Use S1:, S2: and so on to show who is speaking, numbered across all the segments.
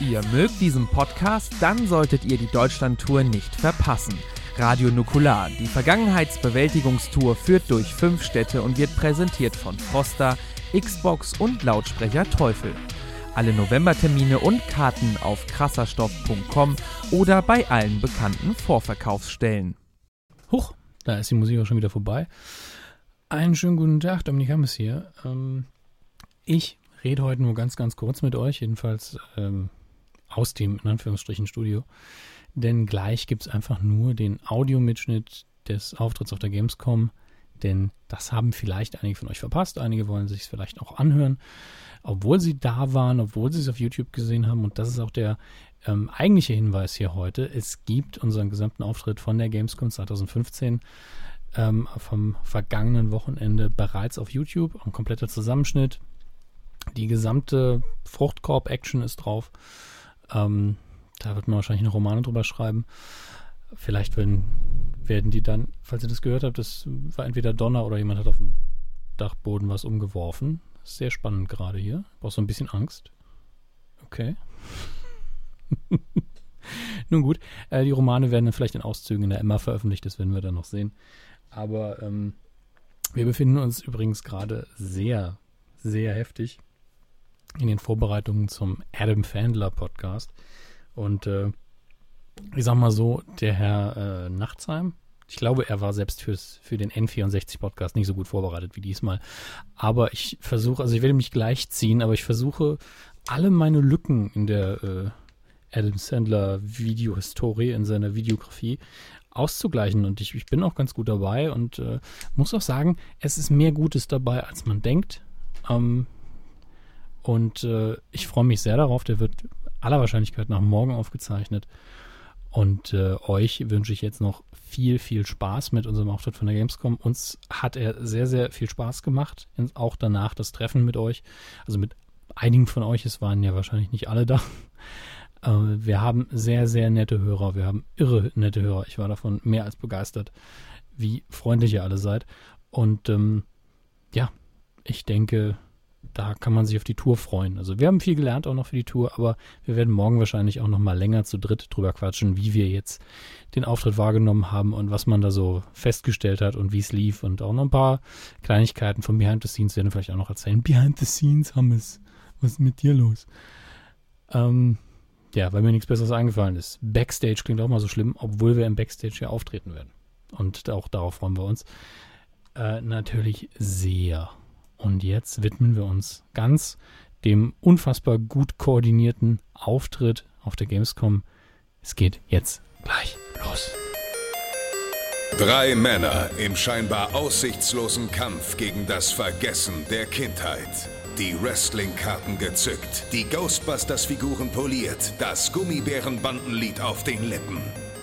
S1: ihr mögt diesen Podcast, dann solltet ihr die Deutschlandtour nicht verpassen. Radio Nukular, die Vergangenheitsbewältigungstour, führt durch fünf Städte und wird präsentiert von Froster, Xbox und Lautsprecher Teufel. Alle Novembertermine und Karten auf krasserstoff.com oder bei allen bekannten Vorverkaufsstellen.
S2: Huch, da ist die Musik auch schon wieder vorbei. Einen schönen guten Tag, Dominik Hammes hier. Ähm, ich rede heute nur ganz, ganz kurz mit euch, jedenfalls ähm, aus dem, in Anführungsstrichen, Studio. Denn gleich gibt es einfach nur den Audiomitschnitt des Auftritts auf der Gamescom. Denn das haben vielleicht einige von euch verpasst. Einige wollen sich es vielleicht auch anhören, obwohl sie da waren, obwohl sie es auf YouTube gesehen haben. Und das ist auch der ähm, eigentliche Hinweis hier heute. Es gibt unseren gesamten Auftritt von der Gamescom 2015 ähm, vom vergangenen Wochenende bereits auf YouTube. Ein kompletter Zusammenschnitt. Die gesamte Fruchtkorb-Action ist drauf. Ähm, da wird man wahrscheinlich eine Romane drüber schreiben. Vielleicht werden, werden die dann, falls ihr das gehört habt, das war entweder Donner oder jemand hat auf dem Dachboden was umgeworfen. Ist Sehr spannend gerade hier. Brauchst du ein bisschen Angst? Okay. Nun gut, äh, die Romane werden dann vielleicht in Auszügen in der Emma veröffentlicht, das werden wir dann noch sehen. Aber ähm, wir befinden uns übrigens gerade sehr, sehr heftig in den Vorbereitungen zum Adam Fandler Podcast. Und äh, ich sag mal so, der Herr äh, Nachtsheim, ich glaube, er war selbst fürs, für den N64-Podcast nicht so gut vorbereitet wie diesmal. Aber ich versuche, also ich werde mich gleich ziehen, aber ich versuche, alle meine Lücken in der äh, Adam Sandler Videohistorie, in seiner Videografie auszugleichen. Und ich, ich bin auch ganz gut dabei und äh, muss auch sagen, es ist mehr Gutes dabei, als man denkt. Ähm, und äh, ich freue mich sehr darauf. Der wird aller Wahrscheinlichkeit nach morgen aufgezeichnet. Und äh, euch wünsche ich jetzt noch viel, viel Spaß mit unserem Auftritt von der Gamescom. Uns hat er sehr, sehr viel Spaß gemacht. Und auch danach das Treffen mit euch. Also mit einigen von euch. Es waren ja wahrscheinlich nicht alle da. Äh, wir haben sehr, sehr nette Hörer. Wir haben irre nette Hörer. Ich war davon mehr als begeistert, wie freundlich ihr alle seid. Und ähm, ja, ich denke, da kann man sich auf die Tour freuen. Also wir haben viel gelernt auch noch für die Tour, aber wir werden morgen wahrscheinlich auch noch mal länger zu dritt drüber quatschen, wie wir jetzt den Auftritt wahrgenommen haben und was man da so festgestellt hat und wie es lief und auch noch ein paar Kleinigkeiten von Behind the Scenes werden wir vielleicht auch noch erzählen. Behind the Scenes, Hammes, was ist mit dir los? Ähm, ja, weil mir nichts Besseres eingefallen ist. Backstage klingt auch mal so schlimm, obwohl wir im Backstage ja auftreten werden. Und auch darauf freuen wir uns äh, natürlich sehr. Und jetzt widmen wir uns ganz dem unfassbar gut koordinierten Auftritt auf der Gamescom. Es geht jetzt gleich los.
S3: Drei Männer im scheinbar aussichtslosen Kampf gegen das Vergessen der Kindheit. Die Wrestling-Karten gezückt, die Ghostbusters-Figuren poliert, das Gummibärenbandenlied auf den Lippen.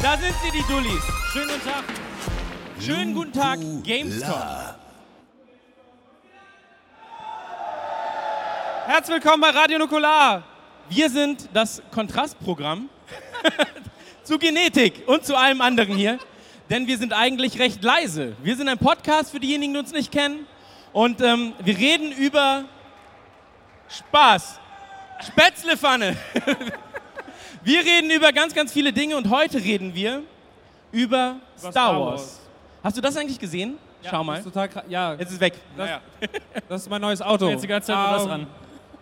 S4: Da sind sie, die Dullis. Schönen guten Tag. Schönen guten Tag, Gamescom. Herzlich willkommen bei Radio Nukular. Wir sind das Kontrastprogramm zu Genetik und zu allem anderen hier. Denn wir sind eigentlich recht leise. Wir sind ein Podcast für diejenigen, die uns nicht kennen. Und ähm, wir reden über Spaß. Spätzlepfanne. Wir reden über ganz, ganz viele Dinge und heute reden wir über Star,
S5: Star
S4: Wars.
S5: Wars.
S4: Hast du das eigentlich gesehen? Schau mal.
S5: Das ist total kra- ja,
S4: Jetzt ist es weg.
S5: das, das ist mein neues Auto.
S6: Jetzt die ganze Zeit nur das
S5: Ähm,
S6: an.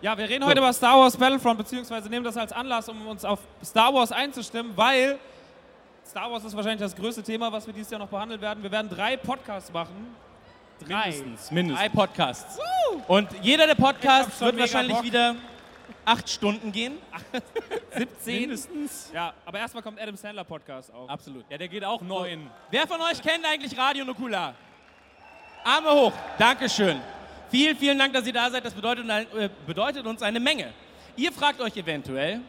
S5: Ja, wir reden heute über Star Wars Battlefront, beziehungsweise nehmen das als Anlass, um uns auf Star Wars einzustimmen, weil Star Wars ist wahrscheinlich das größte Thema, was wir dieses Jahr noch behandeln werden. Wir werden drei Podcasts machen. Drei.
S6: Mindestens, mindestens.
S4: Drei Podcasts. Und jeder der Podcasts
S5: schon
S4: wird
S5: mega
S4: wahrscheinlich
S5: Bock.
S4: wieder acht Stunden gehen.
S5: 17.
S6: Mindestens.
S5: Ja, aber erstmal kommt Adam Sandler Podcast auf.
S4: Absolut.
S6: Ja, der geht auch neun.
S4: Wer von euch kennt eigentlich Radio Nukula? Arme hoch. Dankeschön. Vielen, vielen Dank, dass ihr da seid. Das bedeutet, äh, bedeutet uns eine Menge. Ihr fragt euch eventuell,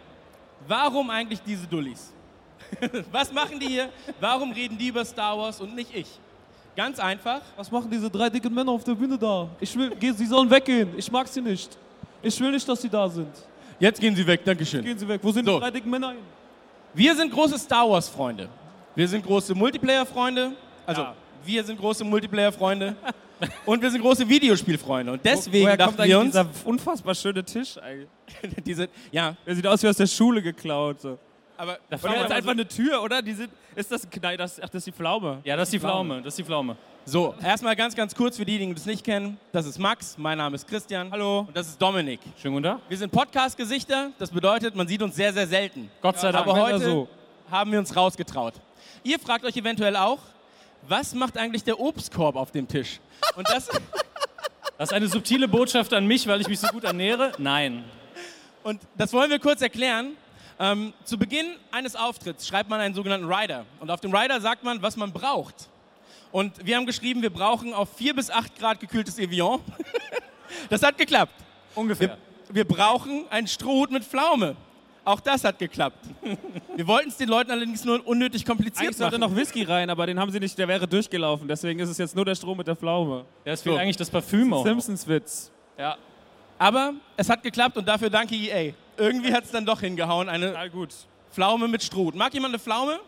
S4: Warum eigentlich diese Dullis? Was machen die hier? Warum reden die über Star Wars und nicht ich? Ganz einfach.
S6: Was machen diese drei dicken Männer auf der Bühne da? Ich will, geh, sie sollen weggehen. Ich mag sie nicht. Ich will nicht, dass sie da sind.
S4: Jetzt gehen sie weg, Dankeschön.
S6: Gehen sie weg. Wo sind
S4: So.
S6: die drei dicken Männer hin?
S4: Wir sind große Star Wars-Freunde. Wir sind große Multiplayer-Freunde. Also,
S6: Ja.
S4: wir sind große Multiplayer-Freunde. und wir sind große Videospielfreunde. Und deswegen
S6: Woher kommt
S4: dachten
S6: eigentlich
S4: wir uns,
S6: dieser unfassbar schöne Tisch eigentlich?
S4: diese, ja,
S6: Der sieht aus wie aus der Schule geklaut. So.
S4: aber
S6: Oder ist einfach eine Tür, oder? Die sind, ist das ein Knall? Das, ach, das ist die Pflaume.
S7: Ja, das ist die Pflaume. Das ist die Pflaume.
S4: so, erstmal ganz, ganz kurz für diejenigen, die es nicht kennen. Das ist Max, mein Name ist Christian. Hallo. Und das ist Dominik.
S7: Schönen guten Tag.
S4: Wir sind Podcast-Gesichter, das bedeutet, man sieht uns sehr, sehr selten.
S7: Gott sei Dank.
S4: Aber
S7: Wenn
S4: heute
S7: er so.
S4: haben wir uns rausgetraut. Ihr fragt euch eventuell auch, was macht eigentlich der Obstkorb auf dem Tisch? Und das,
S7: Das ist eine subtile Botschaft an mich, weil ich mich so gut ernähre. Nein.
S4: und das wollen wir kurz erklären. Ähm, zu Beginn eines Auftritts schreibt man einen sogenannten Rider. Und auf dem Rider sagt man, was man braucht. Und wir haben geschrieben, wir brauchen auf 4 bis 8 Grad gekühltes Evian. Das hat geklappt.
S7: Ungefähr.
S4: Wir brauchen einen Strohhut mit Pflaume. Auch das hat geklappt. Wir wollten es den Leuten allerdings nur unnötig kompliziert
S6: Eigentlich sollte
S4: machen.
S6: noch Whisky rein, aber den haben sie nicht, der wäre durchgelaufen. Deswegen ist es jetzt nur der Strom mit der Pflaume.
S7: Das fehlt eigentlich das Parfüm auch.
S6: Simpsons-Witz.
S7: Ja.
S4: Aber es hat geklappt und dafür danke EA. Irgendwie hat es dann doch hingehauen, eine
S6: Na gut.
S4: Pflaume mit Strohhut. Mag jemand eine Pflaume?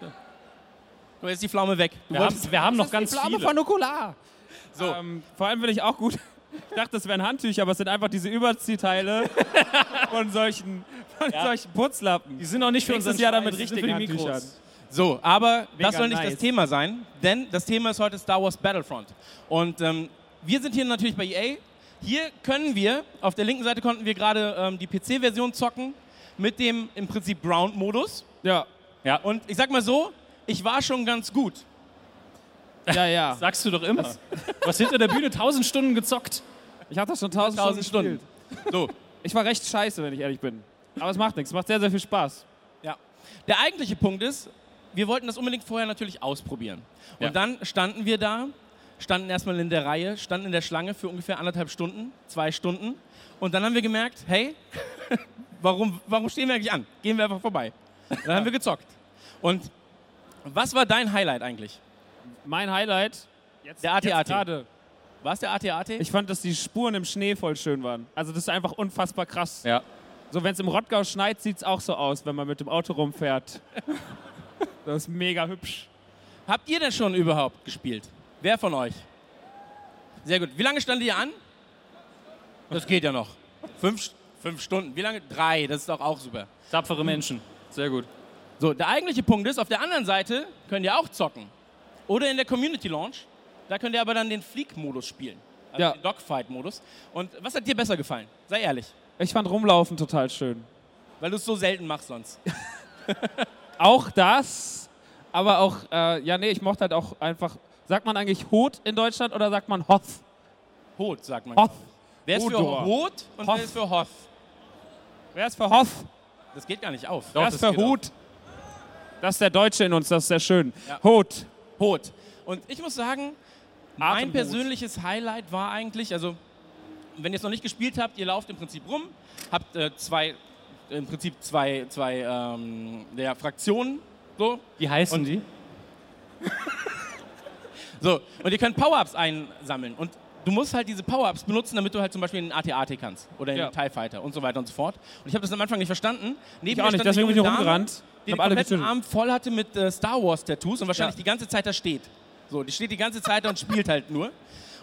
S4: So, jetzt ist die Pflaume weg. Du
S7: Wir
S4: wolltest,
S7: haben, wir haben noch ganz viele.
S6: Nukular.
S4: So.
S6: Ähm, vor allem finde ich auch gut. Ich dachte, das wären Handtücher, aber es sind einfach diese Überziehteile von solchen, von solchen Putzlappen.
S7: Die sind noch nicht für
S6: Nächstes
S7: unseren
S6: Jahr
S7: Schrein,
S6: damit
S7: die sind
S6: richtigen
S7: für die Mikros.
S6: Handtüchern.
S4: so, aber
S6: Mega
S4: das soll nicht
S6: nice.
S4: das Thema sein, denn das Thema ist heute Star Wars Battlefront. Und ähm, wir sind hier natürlich bei EA. Hier können wir, auf der linken Seite konnten wir gerade ähm, die PC-Version zocken mit dem im Prinzip Brown-Modus.
S6: Ja,
S7: Ja, und
S4: Und ich sag mal so, ich war schon ganz gut.
S6: ja, ja.
S7: sagst du doch immer. Du hast hinter der Bühne tausend Stunden gezockt.
S6: Ich habe das schon tausend,
S4: 1000 Stunden.
S6: gespielt.
S4: So.
S6: Ich war recht scheiße, wenn ich ehrlich bin. Aber es macht nichts, macht sehr, sehr viel Spaß.
S4: Ja. Der eigentliche Punkt ist, wir wollten das unbedingt vorher natürlich ausprobieren. Und
S7: Ja.
S4: dann standen wir da, standen erstmal in der Reihe, standen in der Schlange für ungefähr anderthalb Stunden, zwei Stunden. Und dann haben wir gemerkt, hey, warum, warum stehen wir eigentlich an? Gehen wir einfach vorbei. Dann haben wir gezockt. Und was war dein Highlight eigentlich?
S6: Mein Highlight, jetzt,
S4: Der AT-AT.
S6: jetzt gerade.
S4: War es der AT-AT?
S6: Ich fand, dass die Spuren im Schnee voll schön waren. Also das ist einfach unfassbar krass.
S7: Ja.
S6: So, wenn es im Rottgau schneit, sieht es auch so aus, wenn man mit dem Auto rumfährt. das ist mega hübsch.
S4: Habt ihr denn schon überhaupt gespielt? Wer von euch? Sehr gut. Wie lange standet ihr an? Das geht ja noch. Fünf, fünf Stunden. Wie lange? Drei. Das ist doch auch super.
S7: Tapfere Menschen. Sehr gut.
S4: So, der eigentliche Punkt ist, auf der anderen Seite könnt ihr auch zocken. Oder in der Community Launch. Da könnt ihr aber dann den Flieg-Modus spielen. Also
S6: Ja.
S4: den Dogfight-Modus. Und was hat dir besser gefallen? Sei ehrlich.
S6: Ich fand Rumlaufen total schön.
S4: Weil du es so selten machst sonst.
S6: Auch das, aber auch, äh, ja nee, ich mochte halt auch einfach, sagt man eigentlich Hot in Deutschland oder sagt man Hoth?
S4: Hot, sagt man.
S6: Hoth.
S4: Wer ist für
S6: Hodor.
S4: Hot und
S6: Hoth.
S4: wer ist für Hoth?
S6: Wer ist für Hoth?
S4: Das geht gar nicht auf.
S6: Wer ist für Hut? Das ist der Deutsche in uns, das ist sehr schön.
S4: Ja.
S6: Hot.
S4: Hot. Und ich muss sagen, Mein
S6: Atemhut.
S4: persönliches Highlight war eigentlich, also wenn ihr es noch nicht gespielt habt, ihr lauft im Prinzip rum, habt äh, zwei, im Prinzip zwei, zwei ähm, der Fraktionen, so,
S7: Wie heißen die?
S4: so, und ihr könnt Power-Ups einsammeln und du musst halt diese Power-Ups benutzen, damit du halt zum Beispiel in den AT-AT kannst oder in
S6: Ja.
S4: den TIE Fighter und so weiter und so fort. Und ich habe das am Anfang nicht verstanden. Neben
S6: Ich auch
S4: mir stand
S6: nicht,
S4: eine
S6: deswegen bin ich
S4: junge Dame,
S6: hier rumgerannt.
S4: die
S6: Ich hab
S4: den
S6: alle
S4: kompletten
S6: getötet.
S4: Arm voll hatte mit äh, Star Wars Tattoos und wahrscheinlich
S6: Ja.
S4: die ganze Zeit da steht. So, die steht die ganze Zeit da und spielt halt nur.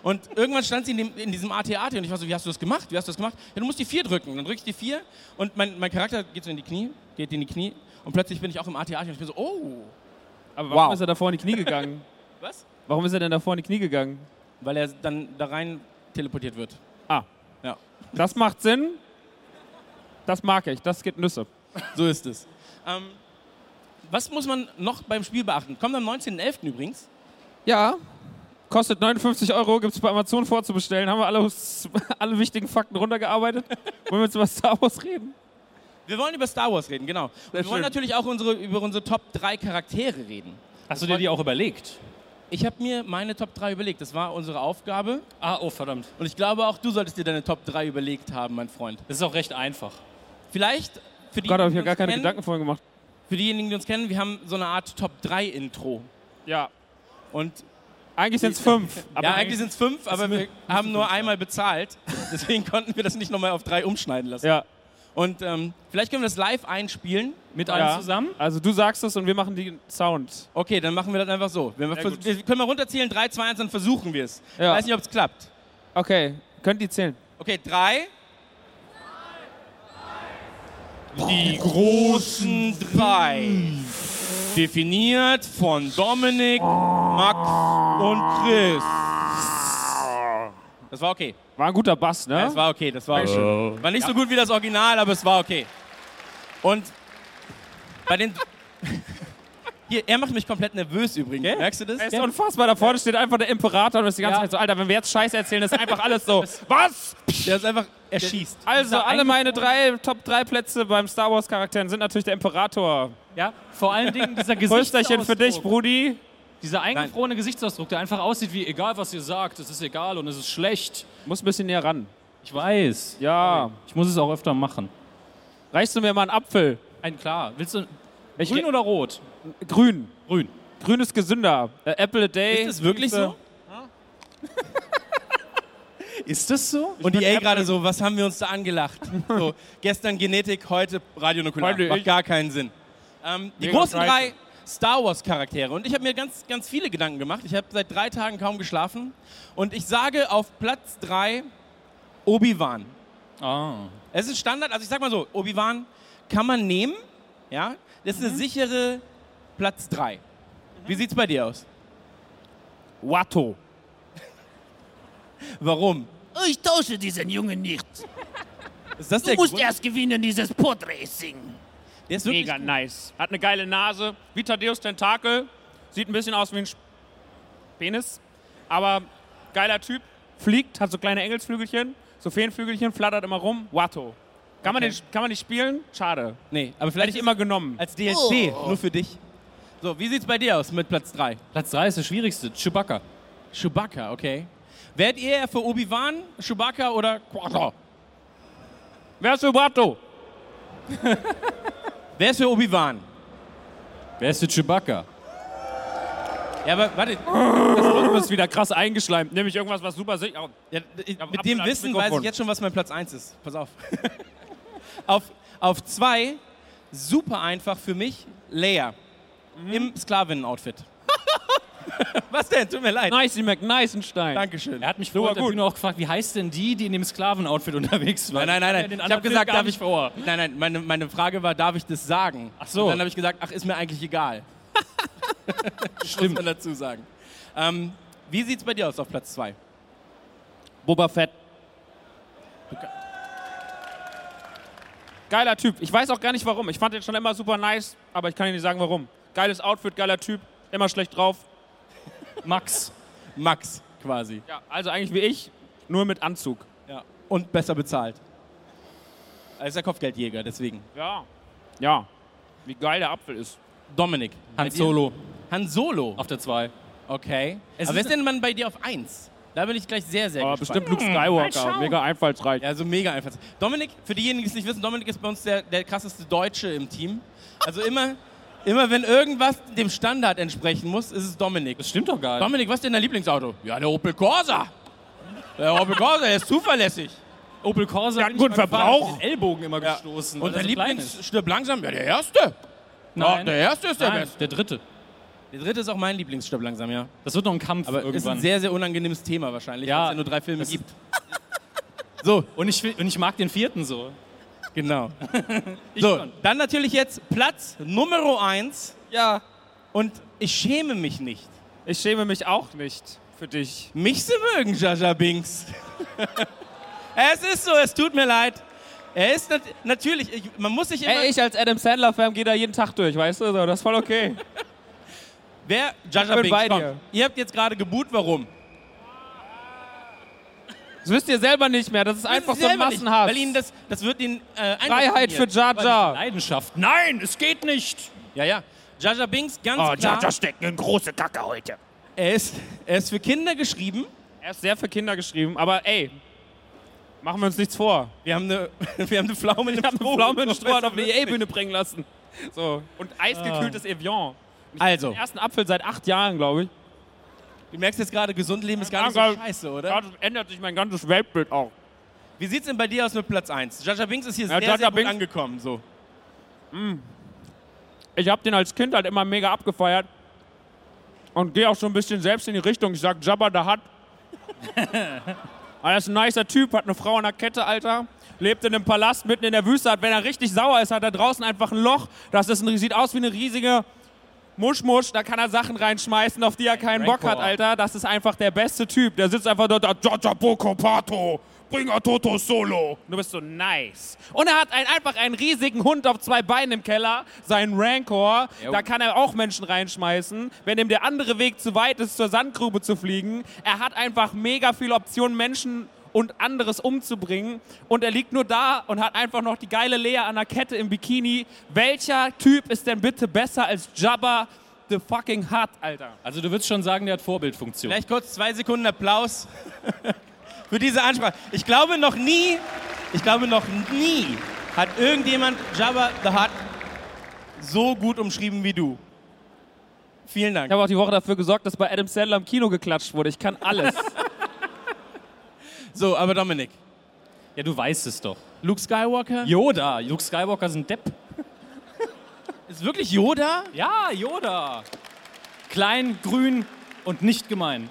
S4: Und irgendwann stand sie in, dem, in diesem AT-AT und ich war so, wie hast du das gemacht? Wie hast du das gemacht? Ja, du musst die 4 drücken. Dann drücke ich die 4 und mein, mein Charakter geht so in die Knie, geht in die Knie und plötzlich bin ich auch im AT-AT und ich bin so, oh,
S6: Aber warum
S4: Wow.
S6: ist er davor in die Knie gegangen?
S4: was?
S6: Warum ist er denn davor in die Knie gegangen?
S4: Weil er dann da rein teleportiert wird.
S6: Ah. Das macht Sinn. Das mag ich. Das gibt Nüsse.
S4: So ist es. Ähm, was muss man noch beim Spiel beachten? Kommt am 19.11. übrigens.
S6: Ja. Kostet 59 Euro, gibt es bei Amazon vorzubestellen. Haben wir alle, alle wichtigen Fakten runtergearbeitet? Wollen wir jetzt über Star Wars reden?
S4: Wir wollen über Star Wars reden, genau. Und wir wollen
S6: schön.
S4: natürlich auch unsere, über unsere Top 3 Charaktere reden.
S7: Hast du dir die auch überlegt?
S4: Ich habe mir meine Top 3 überlegt. Das war unsere Aufgabe.
S7: Ah, oh verdammt.
S4: Und ich glaube, auch du solltest dir deine Top 3 überlegt haben, mein Freund.
S7: Das ist auch recht einfach.
S4: Vielleicht für die,
S6: Gott, habe ich
S4: die
S6: ja gar
S4: uns
S6: keine
S4: kennen,
S6: Gedanken vorhin gemacht.
S4: Für diejenigen, die uns kennen, wir haben so eine Art Top-3-Intro.
S6: Ja.
S4: Und
S6: Eigentlich sind es fünf. Aber
S4: ja, eigentlich sind es fünf, aber wir haben nur einmal bezahlt. Deswegen konnten wir das nicht nochmal auf drei umschneiden lassen.
S6: Ja.
S4: Und ähm, vielleicht können wir das live einspielen.
S5: Mit allen
S6: Ja.
S5: zusammen?
S6: Also du sagst es und wir machen den Sound.
S4: Okay, dann machen wir das einfach so. Wenn wir,
S6: Ja,
S4: vers-
S6: gut.
S4: wir können mal runterzählen. 3, 2, 1, dann versuchen wir es.
S6: Ja.
S4: Ich weiß nicht, ob es klappt.
S6: Okay, könnt ihr zählen.
S4: Okay, 3. Die großen drei. Definiert von Dominik, Max und Chris. Das war okay.
S6: War ein guter Bass, ne?
S4: Das war okay, das war okay. War nicht so gut wie das Original, aber es war okay. Und bei den. Hier, er macht mich komplett nervös übrigens.
S6: Gell?
S4: Merkst du das?
S6: Er ist unfassbar. Da vorne steht einfach der Imperator und ist die ganze
S5: Ja.
S6: Zeit so, Alter, wenn wir jetzt Scheiße erzählen, ist einfach alles so. Was?
S4: Der ist einfach. Er schießt.
S6: Also, alle meine drei Top 3 Plätze beim Star Wars Charakteren sind natürlich der Imperator.
S5: Ja. Vor allen Dingen dieser
S6: Prösterchen
S5: Gesichtsausdruck.
S6: für dich, Brudi.
S5: Dieser eingefrorene Gesichtsausdruck, der einfach aussieht wie, egal was ihr sagt, es ist egal und es ist schlecht.
S6: Muss ein bisschen näher ran.
S5: Ich weiß.
S6: Ja.
S5: Ich muss es auch öfter machen.
S6: Reichst du mir mal einen Apfel?
S5: Ein klar. Willst du
S6: Ich-
S5: grün oder rot?
S6: Grün.
S5: Grün.
S6: Grün ist gesünder. Äh, Apple a day.
S4: Ist das wirklich so?
S5: Ist das so?
S4: Und die A gerade so, was haben wir uns da angelacht? So, gestern Genetik, heute Radionukular.
S6: Heute
S4: Macht
S6: ich-
S4: gar keinen Sinn. Ähm, die
S6: Mega
S4: großen
S6: scheiße.
S4: drei Star Wars Charaktere. Und ich habe mir ganz, ganz viele Gedanken gemacht. Ich habe seit drei Tagen kaum geschlafen. Und ich sage auf Platz drei Obi-Wan.
S5: Ah.
S4: Es ist Standard, also ich sag mal so, Obi-Wan kann man nehmen. Ja, das
S8: Mhm.
S4: ist eine sichere Platz drei. Wie sieht's bei dir aus?
S6: Watto.
S4: Warum?
S8: Oh, Ich tausche diesen Jungen nicht.
S4: Ist das
S8: Du
S4: der
S8: musst
S4: Grund?
S8: erst gewinnen, dieses Podracing.
S4: Der ist wirklich
S6: Mega nice. Hat eine geile Nase. Wie Tadeus Tentakel. Sieht ein bisschen aus wie ein Sch- Penis. Aber geiler Typ. Fliegt, hat so kleine Engelsflügelchen. So Feenflügelchen, flattert immer rum. Watto. Kann, man den, kann man nicht spielen? Schade.
S4: Nee, aber
S6: Hätte
S4: vielleicht
S6: ich immer genommen.
S4: als DLC,
S8: Oh.
S4: nur für dich. So, wie sieht's bei dir aus mit Platz 3?
S5: Platz 3 ist das Schwierigste. Chewbacca.
S4: Chewbacca, okay. Wärt ihr eher für Obi-Wan, Chewbacca oder Quattro?
S6: Wer ist für Watto?
S4: Wer ist für Obi-Wan?
S5: Wer ist der Chewbacca?
S4: Ja, aber warte,
S6: Du bist wieder krass eingeschleimt. Nämlich irgendwas, was super oh, sich.
S4: ja, ich,
S6: hab
S4: mit dem
S6: Abstand,
S4: Wissen
S6: Mikrofon.
S4: weiß ich jetzt schon, was mein Platz 1 ist. Pass auf. auf. Auf 2, super einfach für mich, Leia.
S5: Mhm.
S4: Im Sklavinnen-Outfit. was denn? Tut mir leid.
S6: Nicey McNicenstein.
S4: Dankeschön.
S5: Er hat mich vorher auf der
S6: gut.
S5: Bühne auch gefragt, wie heißt denn die, die in dem Sklavenoutfit unterwegs war?
S4: Nein, nein, nein, nein. Ich habe gesagt, darf ich
S5: vor.
S4: Nein, nein, meine, meine Frage war, darf ich das sagen? Ach
S5: so.
S4: Und dann habe ich gesagt, ach, ist mir eigentlich egal. Stimmt. Muss man dazu sagen. Ähm, wie sieht's bei dir aus auf Platz 2?
S6: Boba Fett. Geiler Typ. Ich weiß auch gar nicht warum. Ich fand den schon immer super nice, aber ich kann dir nicht sagen warum. Geiles Outfit, geiler Typ, immer schlecht drauf.
S5: Max.
S4: Max, quasi.
S6: Ja, also eigentlich wie ich, nur mit Anzug.
S4: Ja. Und besser bezahlt. Er ist der Kopfgeldjäger, deswegen.
S6: Ja. Ja. Wie geil der Apfel ist.
S4: Dominik.
S5: Han Solo.
S4: Han Solo.
S5: Auf der 2.
S4: Okay.
S5: Es
S4: Aber wer
S5: ist-
S4: ist denn man bei dir auf 1? Da bin ich gleich sehr, sehr
S6: Aber
S4: gespannt.
S6: bestimmt Luke Skywalker. Mega einfallsreich.
S4: Ja, so mega einfach. Dominik, für diejenigen, die es nicht wissen, Dominik ist bei uns der, der krasseste Deutsche im Team. Also immer, immer wenn irgendwas dem Standard entsprechen muss, ist es Dominik.
S5: Das stimmt doch gar nicht.
S4: Dominik, was ist denn dein Lieblingsauto? Ja, der Opel Corsa. Der Opel Corsa, der ist zuverlässig.
S5: Opel Corsa.
S6: hat einen guten Verbrauch.
S5: Den Ellbogen immer gestoßen.
S4: Und
S5: weil
S4: dein
S5: er so klein ist.
S4: Lieblings stirbt langsam? Ja, der erste. Ja,
S5: Nein.
S4: der erste ist der
S5: Nein,
S4: beste.
S5: der dritte.
S4: Der dritte ist auch mein Lieblingsstirb langsam, ja.
S5: Das wird noch ein Kampf
S4: Aber ist ein
S5: irgendwann.
S4: sehr, sehr unangenehmes Thema wahrscheinlich,
S5: Ja,
S4: weil es ja nur drei Filme
S5: das-
S4: gibt. so,
S5: und, ich, will- und ich mag den vierten so.
S4: genau. so,
S5: schon.
S4: dann natürlich jetzt Platz Nummer eins.
S6: Ja.
S4: Und ich schäme mich nicht.
S6: Ich schäme mich auch nicht für dich.
S4: Mich sie mögen, Jaja Binks. es ist so, es tut mir leid. Er ist nat natürlich, ich, man muss sich immer.
S6: Ey, ich als Adam Sandler-Fan gehe da jeden Tag durch, weißt du? So, das ist voll okay.
S4: wer Jaja
S6: bin
S4: Binks
S6: bei
S4: komm,
S6: dir.
S4: Ihr habt jetzt gerade geboot, warum?
S6: Das wisst ihr selber nicht mehr. Das ist einfach
S4: Wissen
S6: so
S4: Sie
S6: ein
S4: selber nicht,
S6: Massenhass.
S4: Weil ihnen das, das wird ihnen äh,
S6: Freiheit für
S4: eingeschmiert.
S6: Jar Jar.
S5: Leidenschaft. Nein, es geht nicht.
S4: Ja, ja. Jaja Binks, ganz
S8: Oh,
S4: klar.
S8: Jaja steckt in große Kacke heute.
S4: Er, ist, er ist für Kinder geschrieben.
S6: Er ist sehr für Kinder geschrieben, aber ey, Machen wir uns nichts vor.
S4: Wir haben eine, wir haben eine Pflaume in der
S6: Ich habe Pflaumen Strohhalm auf E die EA-Bühne bringen lassen. So. Und eisgekühltes Evian.
S4: Also,
S6: Den ersten Apfel seit acht Jahren, glaube ich.
S4: du merkst jetzt gerade, gesund leben ist gar nicht so
S6: Danke.
S4: scheiße, oder?
S6: Ja, das ändert sich mein ganzes Weltbild auch.
S4: Wie sieht's denn bei dir aus mit Platz 1? Jaja Binks ist hier
S6: Ja,
S4: sehr,
S6: Jaja
S4: sehr gut
S6: Binks-
S4: angekommen. So.
S6: Ich habe den als Kind halt immer mega abgefeiert. Und gehe auch schon ein bisschen selbst in die Richtung. Ich sag Jabba da hat. Aber er ist ein nicer Typ, hat eine Frau an der Kette, Alter. Lebt in einem Palast mitten in der Wüste. Hat, wenn er richtig sauer ist, hat er draußen einfach ein Loch. Das ist ein, sieht aus wie eine riesige Muschmusch. Da kann er Sachen reinschmeißen, auf die er keinen Bock hat,
S4: Rancor.
S6: Alter. Das ist einfach der beste Typ. Der sitzt einfach dort. da, Jaja Boko Pato, bring a Toto Solo. Und Du bist so nice. Und er hat ein, einfach einen riesigen Hund auf zwei Beinen im Keller. Seinen Rancor. Da kann er auch Menschen reinschmeißen. Wenn ihm der andere Weg zu weit ist, zur Sandgrube zu fliegen. Er hat einfach mega viele Optionen, Menschen und anderes umzubringen. Und er liegt nur da und hat einfach noch die geile Lea an der Kette im Bikini. Welcher Typ ist denn bitte besser als Jabba the fucking Hutt, Alter?
S9: Also du würdest schon sagen, der hat Vorbildfunktion.
S4: Vielleicht kurz zwei Sekunden Applaus für diese Ansprache. Ich glaube noch nie, ich glaube noch nie hat irgendjemand Jabba the Hutt so gut umschrieben wie du. Vielen
S6: Ich
S4: Dank.
S6: habe auch die Woche dafür gesorgt, dass bei Adam Sandler im Kino geklatscht wurde. Ich kann alles.
S4: So, aber Dominik,
S9: Ja, du weißt es doch.
S4: Luke Skywalker?
S9: Yoda. Luke Skywalker ist ein Depp.
S4: Ist wirklich Yoda?
S9: Ja, Yoda. Klein, grün und nicht gemein.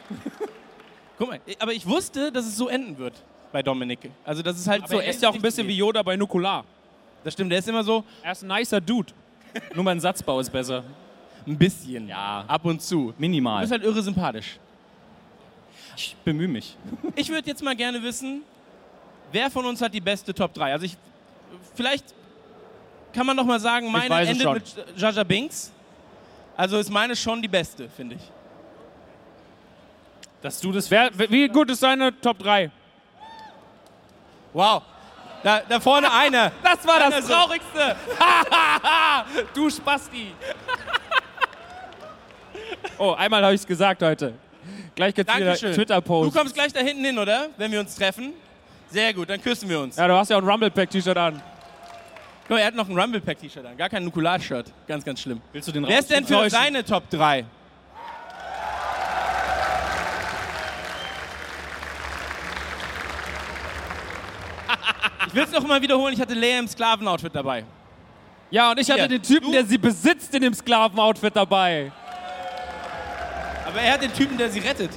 S4: Guck mal, aber ich wusste, dass es so enden wird bei Dominik. Also das ist halt so.
S6: so, er ist ja auch ein bisschen wie Yoda bei Nukular.
S4: Das stimmt, der ist immer so
S6: Er ist ein nicer Dude.
S9: Nur mein Satzbau ist besser.
S4: ein bisschen.
S9: Ja.
S4: Ab und zu. Du
S9: Minimal.
S4: bist halt irre sympathisch.
S9: Ich bemühe mich.
S4: Ich würde jetzt mal gerne wissen, wer von uns hat die beste Top 3? Also ich, vielleicht kann man noch mal sagen, meine
S6: weiß es
S4: endet
S6: schon.
S4: mit Jaja Binks. Also ist meine schon die beste, finde ich.
S9: Dass du das
S6: Wer, wie gut ist seine Top 3?
S4: Wow. Da, da vorne einer.
S6: Das war das
S4: Also.
S6: Traurigste. du Spasti. oh, einmal habe ich es gesagt heute. Gleich geht's wieder
S4: Dankeschön. Du
S6: Twitter-Post.
S4: kommst gleich da hinten hin, oder? Wenn wir uns treffen. Sehr gut, dann küssen wir uns.
S6: Ja, du hast ja auch ein Rumble-Pack-T-Shirt an.
S4: Guck mal, Er hat noch ein Rumble Pack T-Shirt an, gar kein Nukular-Shirt. Ganz, ganz schlimm.
S9: Willst du den
S4: Wer ist denn für
S9: raustäuschen?
S4: seine Top 3? Ich will es noch mal wiederholen, ich hatte Lea im Sklavenoutfit dabei.
S6: Ja, und ich hatte
S4: Hier,
S6: den Typen,
S4: du-
S6: der sie besitzt, in dem Sklavenoutfit dabei.
S4: Aber er hat den Typen, der sie rettet.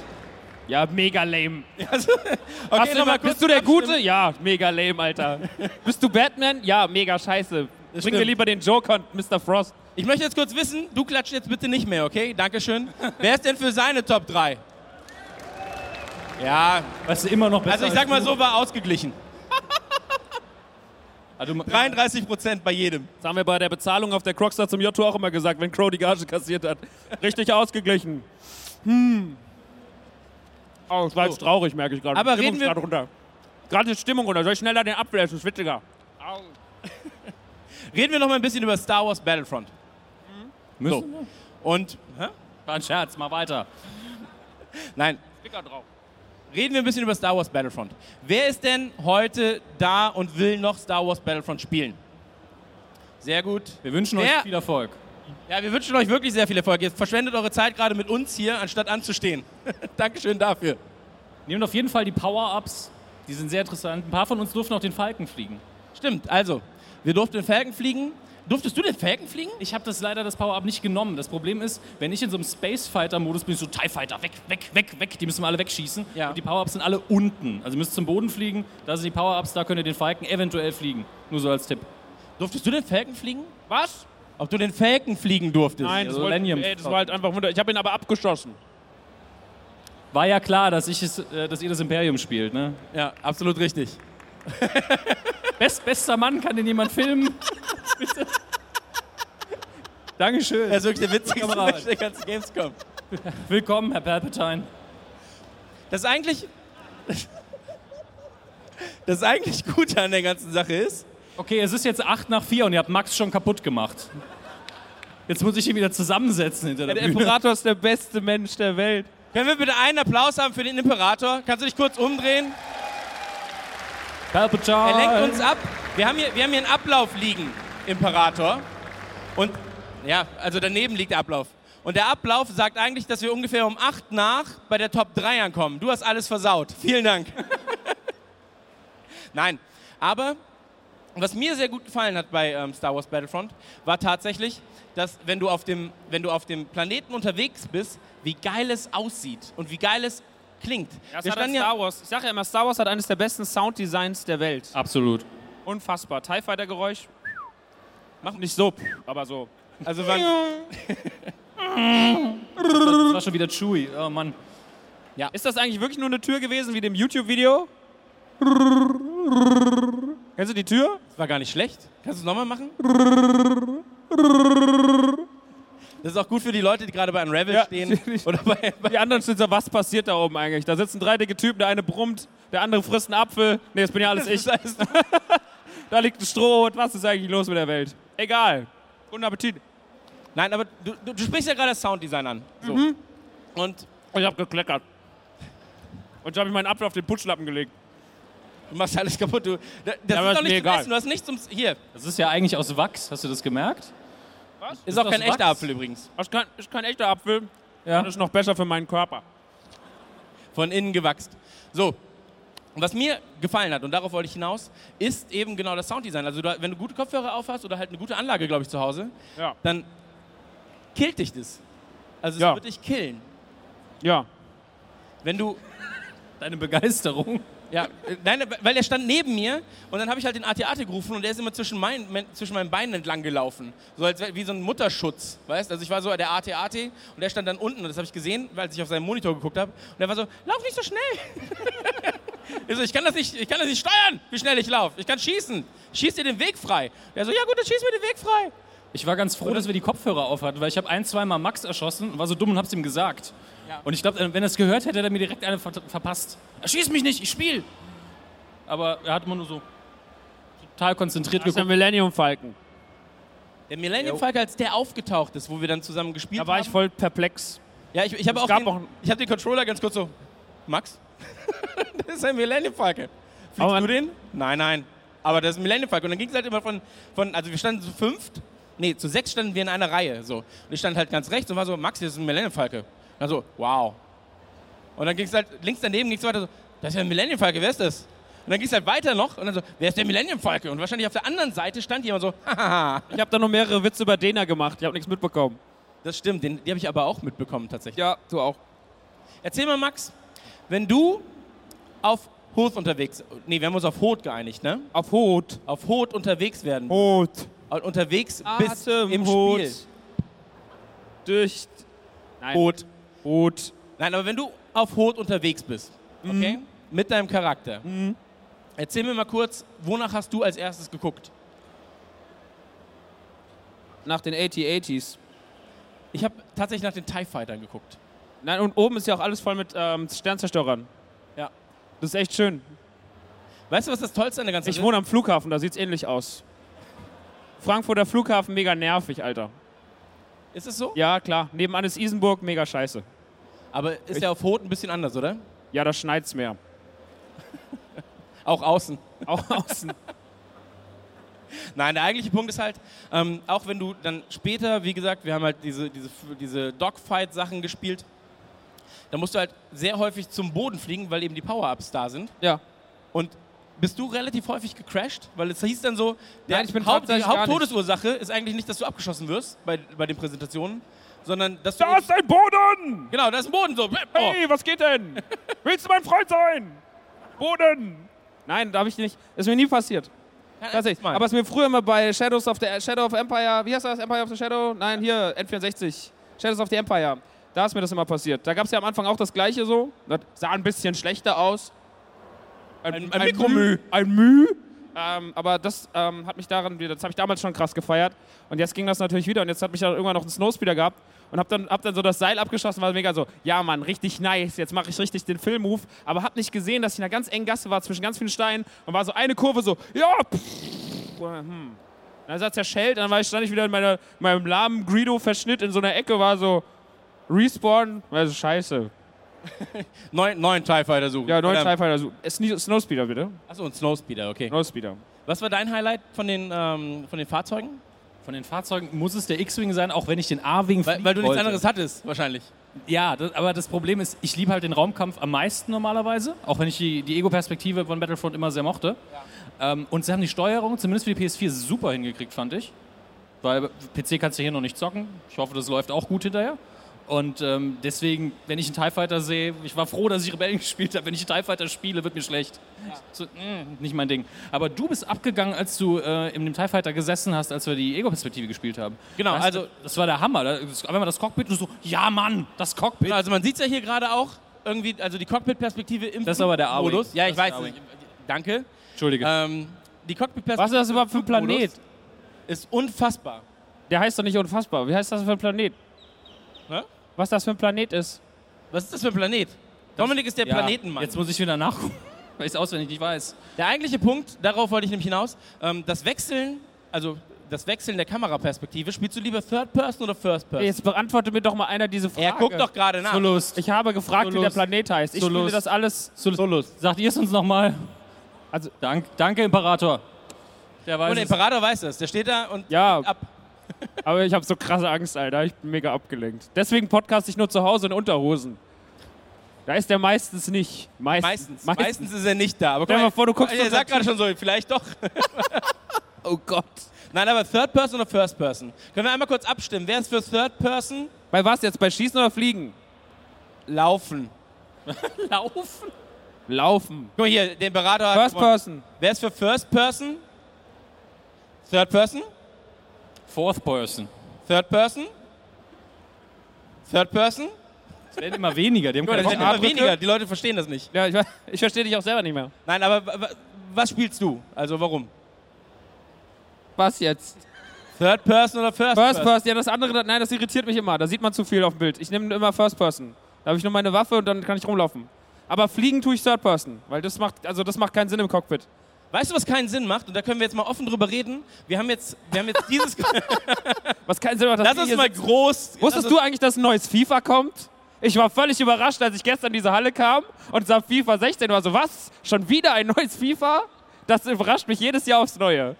S6: Ja, mega lame.
S4: Also, okay,
S6: Hast du
S4: noch mal
S6: immer,
S4: kurz
S6: bist du der
S4: abstimmen.
S6: Gute? Ja, mega lame, Alter. bist du Batman? Ja, mega scheiße. Bring mir
S4: stimmt.
S6: lieber den Joker und Mr. Frost.
S4: Ich möchte jetzt kurz wissen, du klatscht jetzt bitte nicht mehr, okay? Dankeschön. Wer ist denn für seine Top 3? Ja,
S9: Weißt du immer noch besser
S4: also ich
S9: als
S4: sag mal
S9: du?
S4: so, war ausgeglichen.
S9: Also, du-
S4: 33 Prozent bei jedem.
S6: Das haben wir bei der Bezahlung auf der Crocstar zum Jotto auch immer gesagt, wenn Crow die Gage kassiert hat. Richtig ausgeglichen. Hm. Oh, das war jetzt traurig, merke ich gerade.
S4: Aber
S6: Stimmung
S4: reden
S6: ist
S4: wir-
S6: gerade runter. Gerade die Stimmung runter. Soll ich schneller den Apfel essen? Ist witziger.
S4: Reden wir noch mal ein bisschen über Star Wars Battlefront.
S9: Müssen
S4: So. Und, hä?
S9: War ein Scherz, mal weiter.
S4: nein,
S6: Sticker drauf.
S4: reden wir ein bisschen über Star Wars Battlefront. Wer ist denn heute da und will noch Star Wars Battlefront spielen? Sehr gut.
S9: Wir wünschen
S4: Wer-
S9: euch viel Erfolg.
S4: Ja, wir wünschen euch wirklich sehr viel Erfolg. Ihr verschwendet eure Zeit gerade mit uns hier, anstatt anzustehen. Dankeschön dafür.
S9: Nehmt auf jeden Fall die Power-Ups. Die sind sehr interessant. Ein paar von uns durften auch den Falken fliegen.
S4: Stimmt, also, wir durften den Falken fliegen. Durftest du den Falken fliegen?
S9: Ich habe das leider das Power-Up nicht genommen. Das Problem ist, wenn ich in so einem Space Fighter-Modus bin, ich so TIE Fighter, weg, weg, weg, weg. Die müssen wir alle wegschießen.
S4: Ja.
S9: Und die Power-Ups sind alle unten. Also ihr müsst zum Boden fliegen. Da sind die Power-Ups, da könnt ihr den Falken eventuell fliegen. Nur so als Tipp.
S4: Durftest du den Falken fliegen?
S6: Was?
S4: Ob du den Falken fliegen durftest?
S6: Nein, das, wollte,
S9: Millennium.
S6: ey, das war halt einfach wunder. Ich habe ihn aber abgeschossen.
S9: War ja klar, dass, ich es, äh, dass ihr das Imperium spielt, ne?
S4: Ja, absolut richtig.
S9: Best, bester Mann, kann den jemand filmen? Bitte. Dankeschön.
S4: Er ist wirklich der witzigste
S9: Kamerad.
S4: Mensch der ganzen Gamescom.
S9: Willkommen, Herr Palpatine.
S4: Das ist eigentlich. Das eigentlich Gute an der ganzen Sache ist,
S9: Okay, es ist jetzt 8 nach 4 und ihr habt Max schon kaputt gemacht. Jetzt muss ich ihn wieder zusammensetzen hinter der,
S6: Der
S9: Bühne.
S6: Imperator ist der beste Mensch der Welt.
S4: Können wir bitte einen Applaus haben für den Imperator? Kannst du dich kurz umdrehen?
S6: Palpatine.
S4: Er lenkt uns ab. Wir haben hier, wir haben hier einen Ablauf liegen, Imperator. Und ja, also daneben liegt der Ablauf. Und der Ablauf sagt eigentlich, dass wir ungefähr um 8 nach bei der Top 3 ankommen. Du hast alles versaut. Vielen Dank. Nein, aber was mir sehr gut gefallen hat bei ähm, Star Wars Battlefront, war tatsächlich, dass wenn du, auf dem, wenn du auf dem Planeten unterwegs bist, wie geil es aussieht und wie geil es klingt.
S5: Das hat ein Star Wars. Ich sage ja immer, Star Wars hat eines der besten Sounddesigns der Welt.
S6: Absolut.
S5: Unfassbar. TIE Fighter Geräusch. Mach nicht so, aber so.
S4: also wann,
S6: Das war schon wieder Chewie. Oh Mann.
S5: Ist das eigentlich wirklich nur eine Tür gewesen wie dem YouTube-Video? Kennst du die Tür?
S4: Das war gar nicht schlecht. Kannst du es nochmal machen? Das ist auch gut für die Leute, die gerade bei Unravel
S5: Ja,
S4: stehen.
S5: natürlich.
S4: Oder bei, bei
S5: Die anderen sind so, was passiert da oben eigentlich? Da sitzen drei dicke Typen, der eine brummt, der andere frisst einen Apfel. Nee, das bin ja alles ich. da liegt ein Strohhut. Was ist eigentlich los mit der Welt? Egal. Guten Appetit.
S4: Nein, aber du, du, du sprichst ja gerade das Sounddesign an. So.
S5: Mhm.
S4: Und
S5: Ich hab gekleckert. Und da habe ich meinen Apfel auf den Putschlappen gelegt.
S4: du machst alles kaputt. Du, da- das ist
S5: aber ist
S4: doch
S5: mir
S4: nicht zum
S5: egal.
S4: Essen. Du hast nichts zum. Hier,
S6: Das ist ja eigentlich aus Wachs. Hast du das gemerkt?
S4: ist auch
S6: das
S4: kein echter
S6: Wachs?
S4: Apfel übrigens.
S5: Das ist kein, ist kein echter Apfel.
S6: Ja.
S5: Das ist noch besser für meinen Körper.
S4: Von innen gewachst. So. Und was mir gefallen hat, und darauf wollte ich hinaus, ist eben genau das Sounddesign. Also, du, wenn du gute Kopfhörer auf hast oder halt eine gute Anlage, glaube ich, zu Hause,
S5: Ja.
S4: dann killt dich das. Also, es
S5: Ja.
S4: wird dich killen.
S5: Ja.
S4: Wenn du
S6: Deine Begeisterung.
S4: Ja, äh, nein, weil er stand neben mir und dann habe ich halt den AT-AT gerufen und der ist immer zwischen, mein, mein, zwischen meinen Beinen entlang gelaufen. So als wär- wie so ein Mutterschutz, weißt Also ich war so der AT-AT und der stand dann unten und das habe ich gesehen, weil ich auf seinen Monitor geguckt habe. Und er war so, lauf nicht so schnell. ich, so, ich, kann das nicht, ich kann das nicht steuern, wie schnell ich laufe. Ich kann schießen. Schieß dir den Weg frei. Der so, ja gut, dann schieß mir den Weg frei.
S6: Ich war ganz froh, dass wir die Kopfhörer auf hatten, weil ich habe ein, zweimal Max erschossen und war so dumm und hab's ihm gesagt. Und ich glaube, wenn er es gehört hätte, hätte er mir direkt eine ver verpasst. Erschieß mich nicht, ich spiel! Aber er hat immer nur so total konzentriert
S5: Das ist der
S6: geguckt.
S5: Millennium Falcon.
S4: Der Millennium Falcon, als der aufgetaucht ist, wo wir dann zusammen gespielt
S5: Da war
S4: haben.
S5: ich voll perplex.
S4: Ja, ich, ich habe
S5: Es
S4: auch,
S5: gab
S4: den,
S5: auch ein-
S4: ich hab den Controller ganz kurz so. Max? das ist ein Millennium Falcon. Fliegst
S5: Aber man-
S4: du den? Nein, nein. Aber das ist ein Millennium Falcon. Und dann ging es halt immer von, von, also wir standen zu fünft, nee, zu sechs standen wir in einer Reihe. So. Und ich stand halt ganz rechts und war so, Max, das ist ein Millennium Falcon. Dann so, wow. Und dann ging es halt links daneben, ging es weiter so, das ist ja ein Millennium Falcon, wer ist das? Und dann ging es halt weiter noch und dann so, wer ist der Millennium Falcon? Und wahrscheinlich auf der anderen Seite stand jemand so, hahaha.
S5: Ich habe da noch mehrere Witze über Dena gemacht. Ich habe nichts mitbekommen.
S4: Das stimmt, den, die habe ich aber auch mitbekommen tatsächlich.
S5: Ja, du auch.
S4: Erzähl mal, Max, wenn du auf Hoth unterwegs, nee, wir haben uns auf Hoth geeinigt, ne?
S5: Auf Hot.
S4: Auf Hoth unterwegs werden, Äh,
S5: Hot.
S4: unterwegs bist im
S5: Atemhut.
S4: Spiel.
S5: Dicht. Nein.
S4: Hoth.
S5: Hot.
S4: Nein, aber wenn du auf Hoth unterwegs bist,
S5: Mhm.
S4: okay, mit deinem Charakter, erzähl mir mal kurz, wonach hast du als erstes geguckt?
S5: Nach den 8080s.
S4: Ich habe tatsächlich nach den TIE Fightern geguckt.
S5: Nein, und oben ist ja auch alles voll mit ähm, Sternzerstörern.
S4: Ja.
S5: Das ist echt schön.
S4: Weißt du, was das Tollste an der ganzen
S5: Ich wohne am Flughafen, da sieht's ähnlich aus. Frankfurter Flughafen, mega nervig, Alter.
S4: ist? Ist es so?
S5: Ja, klar. Nebenan ist Isenburg, mega scheiße.
S4: Aber ist ja auf Hoth ein bisschen anders, oder?
S5: Ja, da schneit's mehr.
S4: Auch außen.
S5: Auch außen.
S4: Nein, der eigentliche Punkt ist halt, ähm, auch wenn du dann später, wie gesagt, wir haben halt diese, diese, diese Dogfight-Sachen gespielt, dann musst du halt sehr häufig zum Boden fliegen, weil eben die Power-Ups da sind.
S5: Ja.
S4: Und bist du relativ häufig gecrashed? Weil es hieß dann so, der
S5: Nein, ich bin
S4: Haupt, die
S5: tatsächlich gar nicht.
S4: Haupttodesursache ist eigentlich nicht, dass du abgeschossen wirst bei, bei den Präsentationen, sondern dass du...
S5: Da ist ein Boden!
S4: genau, da ist ein Boden so. Oh.
S5: Hey, was geht denn? Willst du mein Freund sein? Boden! Nein, darf ich nicht. Ist mir nie passiert. Tatsächlich.
S4: Mal.
S5: Aber es ist mir früher immer bei Shadows of the Shadow of Empire, wie heißt das? Empire of the Shadow? Nein, hier, N64. Shadows of the Empire. Da ist mir das immer passiert. Da gab es ja am Anfang auch das gleiche so. Das sah ein bisschen schlechter aus.
S4: Ein- ein Mikromü.
S5: Ein Müh. Ähm, aber das ähm, hat mich daran wieder, das habe ich damals schon krass gefeiert. Und jetzt ging das natürlich wieder. Und jetzt hat mich dann irgendwann noch ein Snowspeeder gehabt und hab dann, hab dann so das Seil abgeschossen, war mega so, ja Mann, richtig nice, jetzt mache ich richtig den Film-Move. Aber hab nicht gesehen, dass ich in einer ganz engen Gasse war zwischen ganz vielen Steinen und war so eine Kurve so, ja, pff, hm. Dann hat es zerschellt, dann war ich, stand ich wieder in meiner, meinem lahmen Greedo-Verschnitt in so einer Ecke, war so, respawn, also scheiße.
S4: Neuen, neuen oh, TIE Fighter suchen.
S5: Ja, also, neuen
S4: Oder-
S5: TIE Fighter suchen. Sne- Snowspeeder bitte.
S4: Achso, und Snowspeeder, okay.
S5: Snowspeeder.
S4: Was war dein Highlight von den, ähm, von den Fahrzeugen?
S6: Von den Fahrzeugen muss es der X-Wing sein, auch wenn ich den A-Wing
S4: Weil, weil du nichts
S6: wollte.
S4: anderes hattest, wahrscheinlich.
S6: Ja, das, aber das Problem ist, ich liebe halt den Raumkampf am meisten normalerweise, auch wenn ich die, die Ego-Perspektive von Battlefront immer sehr mochte. Ähm, und sie haben die Steuerung, zumindest für die PS4, super hingekriegt, fand ich. Weil PC kannst du hier noch nicht zocken. Ich hoffe, das läuft auch gut hinterher. Und ähm, deswegen, wenn ich einen TIE Fighter sehe, ich war froh, dass ich Rebellen gespielt habe. Wenn ich einen TIE Fighter spiele, wird mir schlecht. So, mm, nicht mein Ding. Aber du bist abgegangen, als du äh, in dem TIE Fighter gesessen hast, als wir die Ego-Perspektive gespielt haben.
S4: Genau,
S6: Weißt
S4: also-
S6: du, Das war der Hammer. Da- das- Wenn man das Cockpit und so, ja Mann, das Cockpit.
S4: Also man sieht es ja hier gerade auch, irgendwie, also die Cockpit-Perspektive im
S6: Das ist aber der A-Wing.
S4: Modus. Ja, ich
S6: Das ist
S4: weiß.
S6: der A-Wing.
S4: Danke.
S6: Entschuldige.
S4: Ähm, die Cockpit-Perspektive
S5: Was ist das überhaupt für ein Planet?
S4: ist unfassbar.
S5: Der heißt doch nicht unfassbar. Wie heißt das für ein Planet?
S4: Hä?
S5: Was das für ein Planet ist?
S4: Was ist das für ein Planet? Dominik ist der
S6: Ja,
S4: Planetenmann.
S6: Jetzt muss ich wieder nachgucken, weil ich es auswendig nicht weiß.
S4: Der eigentliche Punkt, darauf wollte ich nämlich hinaus, ähm, das Wechseln, also das Wechseln der Kameraperspektive, spielst du lieber Third Person oder First Person?
S5: Jetzt beantworte mir doch mal einer diese Frage.
S4: er guckt doch gerade nach.
S6: Solus.
S5: Ich habe gefragt, wie der
S6: Solus.
S5: Planet heißt. Ich
S6: Solus.
S5: spiele das alles.
S6: Solus. Sagt ihr es uns nochmal?
S5: Also-
S6: Dank, danke, Imperator. Der weiß
S4: Und der
S6: es.
S4: Imperator weiß das. Der steht da und
S5: Ja,
S4: ab.
S5: aber ich habe so krasse Angst, Alter. Ich bin mega abgelenkt. Deswegen podcast ich nur zu Hause in Unterhosen. Da ist der meistens nicht.
S4: Meistens.
S5: Meistens.
S4: Meistens, ist er nicht da. Aber
S5: Stell dir
S4: guck
S5: mal vor, du guckst
S4: Er
S5: unser
S4: sagt gerade schon so, vielleicht doch. oh Gott. Nein, aber Third Person oder First Person? Können wir einmal kurz abstimmen? Wer ist für Third Person?
S5: Bei was jetzt? Bei Schießen oder Fliegen?
S4: Laufen.
S6: Laufen?
S5: Laufen.
S4: Guck mal hier, den Berater hat
S5: First
S4: gewonnen.
S5: Person.
S4: Wer ist für First Person? Third Person?
S6: Fourth Person.
S4: Third Person? Third Person?
S6: Es werden immer weniger. Die haben
S4: Das
S6: keinen
S4: sind
S6: Bock
S4: immer
S6: mehr.
S4: weniger, die Leute verstehen das nicht.
S5: Ja, ich, weiß- ich verstehe dich auch selber nicht mehr.
S4: Nein, aber wa- wa- was spielst du? Also warum?
S5: Was jetzt?
S4: Third Person oder First,
S5: First
S4: Person?
S5: Person, ja, das andere, nein, das irritiert mich immer. Da sieht man zu viel auf dem Bild. Ich nehme immer First Person. Da habe ich nur meine Waffe und dann kann ich rumlaufen. Aber fliegen tue ich Third Person, weil das macht, also das macht keinen Sinn im Cockpit.
S4: Weißt du, was keinen Sinn macht? Und da können wir jetzt mal offen drüber reden. Wir haben jetzt, wir haben jetzt dieses...
S5: Was keinen Sinn macht, dass
S4: Lass
S5: wir
S4: uns
S5: hier
S4: mal
S5: sitzen.
S4: groß...
S5: Wusstest
S4: lass uns-
S5: du eigentlich, dass ein neues FIFA kommt? Ich war völlig überrascht, als ich gestern in diese Halle kam und sah FIFA 16 und war so, was? Schon wieder ein neues FIFA? Das überrascht mich jedes Jahr aufs Neue.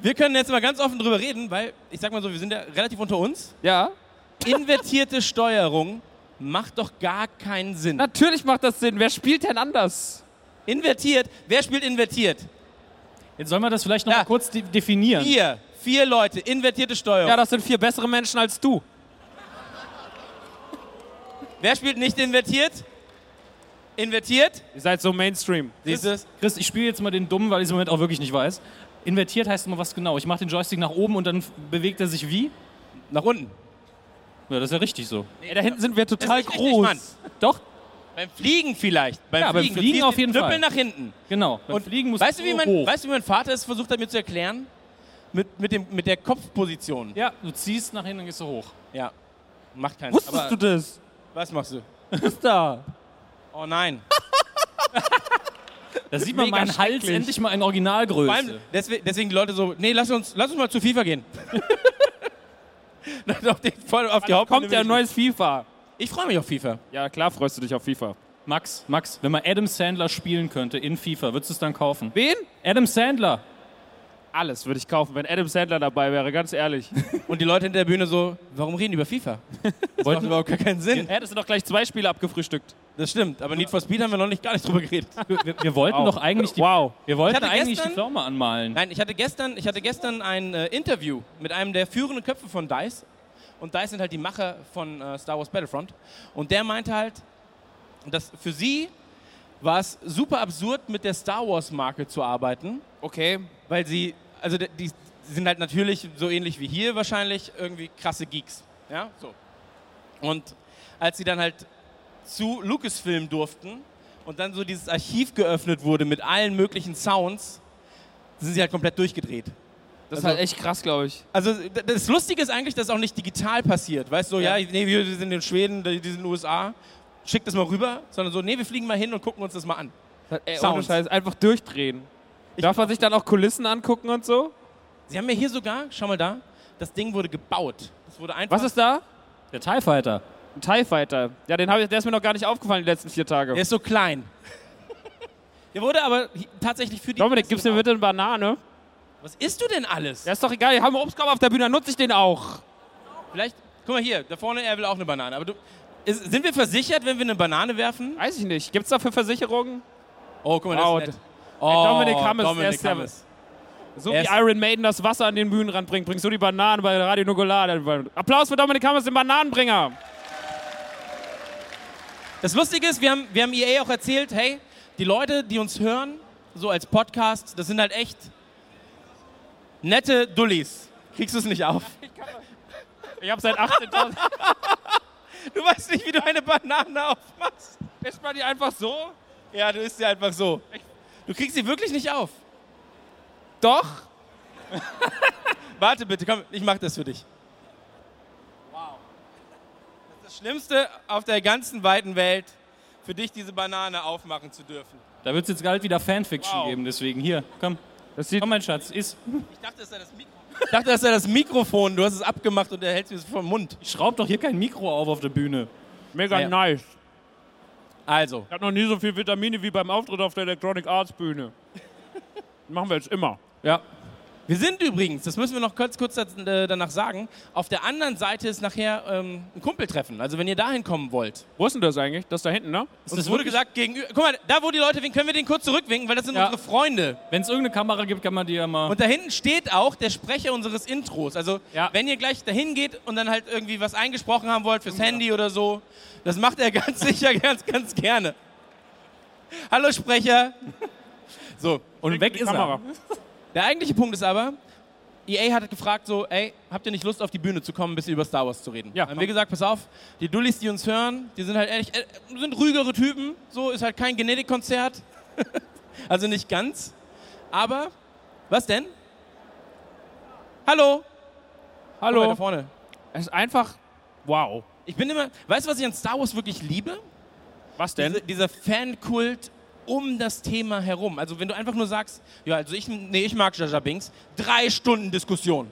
S4: Wir können jetzt mal ganz offen drüber reden, weil, ich sag mal so, wir sind ja relativ unter uns.
S5: Ja?
S4: Invertierte Steuerung macht doch gar keinen Sinn.
S5: Natürlich macht das Sinn. Wer spielt denn anders?
S4: Invertiert, wer spielt invertiert?
S6: Jetzt sollen wir das vielleicht noch
S4: Ja.
S6: mal kurz de definieren.
S4: Vier. Vier Leute, invertierte Steuerung.
S5: Ja, das sind vier bessere Menschen als du.
S4: Wer spielt nicht invertiert? Invertiert?
S5: Ihr seid so Mainstream.
S4: Siehst du es?
S6: Chris, ich spiele jetzt mal den Dummen, weil ich es im Moment auch wirklich nicht weiß. Invertiert heißt immer was genau. Ich mache den Joystick nach oben und dann f- bewegt er sich wie?
S4: Nach unten.
S6: Ja, das ist ja richtig so.
S5: Ja, da hinten sind wir
S4: Das
S5: total
S4: ist nicht
S5: groß.
S4: richtig, Mann.
S6: Doch,
S4: Beim Fliegen vielleicht. Beim
S6: Ja, beim
S4: Du
S6: Fliegen
S4: ziehst
S6: auf
S4: den
S6: jeden
S4: Knüppel
S6: Fall.
S4: nach hinten.
S6: genau. Beim
S4: Und
S6: Fliegen muss
S4: Weißt du, wie mein,
S6: hoch.
S4: weißt du, wie mein Vater es versucht hat, mir zu erklären? Mit, mit, dem, mit der Kopfposition.
S6: ja, du ziehst nach hinten und gehst so hoch.
S4: Ja. Macht keinen Sinn.
S5: Wusstest
S4: Aber
S5: du das?
S4: was machst du?
S5: Was da?
S4: Oh nein.
S6: Da sieht man
S4: Mega
S6: meinen Hals
S4: schrecklich.
S6: endlich mal
S4: Vor
S6: in
S4: allem
S6: Originalgröße.
S4: deswegen, deswegen die Leute so, nee, lass uns, lass uns mal zu FIFA gehen. auf die, voll auf die Hauptbühne
S5: Kommt
S4: will
S5: ja
S4: ich
S5: ein neues FIFA.
S4: nicht. Ich freue mich auf FIFA.
S5: Ja, klar freust du dich auf FIFA.
S6: Max, Max, wenn man Adam Sandler spielen könnte in FIFA, würdest du es dann kaufen?
S5: Wen?
S6: Adam Sandler.
S5: Alles würde ich kaufen, wenn Adam Sandler dabei wäre, ganz ehrlich.
S4: Und die Leute hinter der Bühne so, warum reden die über FIFA? Das macht überhaupt gar keinen Sinn.
S5: Hättest du doch gleich zwei Spiele abgefrühstückt.
S4: Das stimmt, aber Need for Speed haben wir noch nicht gar nicht drüber geredet.
S6: Wir, wir wollten
S5: Wow.
S6: doch eigentlich die,
S5: Wow.
S6: wir wollten
S4: hatte
S6: eigentlich die
S4: gestern-
S6: Firma anmalen.
S4: Nein, ich hatte gestern, ich hatte gestern ein äh, Interview mit einem der führenden Köpfe von DICE. Und DICE sind halt die Macher von äh, Star Wars Battlefront. Und der meinte halt, dass für sie war es super absurd, mit der Star Wars-Marke zu arbeiten.
S5: Okay.
S4: weil sie, also die, die sind halt natürlich so ähnlich wie hier wahrscheinlich irgendwie krasse Geeks. Ja, so. Und als sie dann halt zu Lucasfilm durften und dann so dieses Archiv geöffnet wurde mit allen möglichen Sounds, sind sie halt komplett durchgedreht.
S5: Das ist
S4: Also-
S5: halt echt krass, glaube ich.
S4: Also d- das Lustige ist eigentlich, dass es auch nicht digital passiert. Weißt du, so, ja, nee, wir sind in Schweden, die sind in den USA, schick das mal rüber, sondern so, nee, wir fliegen mal hin und gucken uns das mal an.
S5: Ey, ohne
S4: Sounds.
S5: Scheiß, einfach durchdrehen. Darf man sich dann auch Kulissen angucken und so?
S4: Sie haben ja hier sogar, schau mal da, das Ding wurde gebaut. Das wurde einfach
S5: Was ist da?
S6: Der TIE Fighter.
S5: Ein TIE Fighter. Ja, den hab ich, der ist mir noch gar nicht aufgefallen die letzten vier Tage.
S4: Der ist so klein. Der wurde aber hi- tatsächlich für die.
S5: Dominik, gibst du mir bitte eine Banane?
S4: Was isst du denn alles?
S5: Ja, ist doch egal, wir haben einen Obstkorb auf der Bühne, dann nutze ich den auch.
S4: Vielleicht. Guck mal hier, da vorne, er will auch eine Banane. Aber du. Ist, sind wir versichert, wenn wir eine Banane werfen?
S5: Weiß ich nicht. Gibt's dafür Versicherungen?
S4: Oh, guck mal,
S5: Wow,
S4: das ist nett. Oh,
S5: Dominik Hammes, der ist der-
S4: Hammes.
S5: So
S4: Er
S5: wie
S4: ist-
S5: Iron Maiden das Wasser an den Bühnenrand bringt, bringst du die Bananen bei Radio Nukular. Applaus für Dominik Hammers, den Bananenbringer.
S4: Das Lustige ist, wir haben, wir haben EA auch erzählt, hey, die Leute, die uns hören, so als Podcast, das sind halt echt nette Dullis. Kriegst du es nicht auf?
S5: Ich habe seit 18 Tagen.
S4: Du weißt nicht, wie du eine Banane aufmachst.
S5: Isst man die einfach so?
S4: Ja, du isst sie einfach so. Du kriegst sie wirklich nicht auf.
S5: Doch.
S4: Warte bitte, komm, ich mach das für dich. Wow. Das ist das Schlimmste auf der ganzen weiten Welt, für dich diese Banane aufmachen zu dürfen.
S6: Da wird es jetzt bald wieder Fanfiction
S5: Wow.
S6: geben, deswegen. Hier, komm.
S5: Das sieht
S6: Komm, mein Schatz, iss.
S4: Ich dachte, das sei das Mikrofon. Ich dachte, das sei das Mikrofon. Du hast es abgemacht und er hält es mir vom Mund.
S6: Schraub doch hier kein Mikro auf auf der Bühne.
S5: mega
S4: Ja.
S5: nice.
S4: Also,
S5: Ich habe noch nie so viel Vitamine wie beim Auftritt auf der Electronic Arts Bühne. Machen wir jetzt immer.
S6: Ja.
S4: wir sind übrigens, das müssen wir noch kurz, kurz das- äh, danach sagen, auf der anderen Seite ist nachher ähm, ein Kumpeltreffen. Also, wenn ihr dahin kommen wollt.
S5: Wo ist denn das eigentlich? Das da hinten, ne?
S4: Uns wurde gesagt, gegenüber. Guck mal, da wo die Leute winken, können wir den kurz zurückwinken, weil das sind
S6: Ja.
S4: unsere Freunde.
S6: Wenn es irgendeine Kamera gibt, kann man die ja mal.
S4: Und da hinten steht auch der Sprecher unseres Intros. Also,
S6: Ja.
S4: wenn ihr gleich dahin geht und dann halt irgendwie was eingesprochen haben wollt fürs Handy oder so, das macht er ganz sicher ganz, ganz gerne. Hallo Sprecher. So,
S6: Und weg ist
S5: Kamera.
S4: der eigentliche Punkt ist aber, EA hat gefragt so, ey, habt ihr nicht Lust auf die Bühne zu kommen, ein bisschen über Star Wars zu reden?
S5: Ja.
S4: Haben wir gesagt, pass auf, die Dullis, die uns hören, die sind halt ehrlich, äh, sind ruhigere Typen, so ist halt kein Genetikkonzert. also nicht ganz, aber was denn? Hallo, Guck mal, da
S5: Hallo.
S4: vorne.
S5: Es ist einfach. Wow.
S4: Ich bin immer, weißt du, was ich an Star Wars wirklich liebe?
S5: Was denn?
S4: Diese, dieser Fankult um das Thema herum. Also wenn du einfach nur sagst, ja, also ich, nee, ich mag Jaja Binks, drei Stunden Diskussion.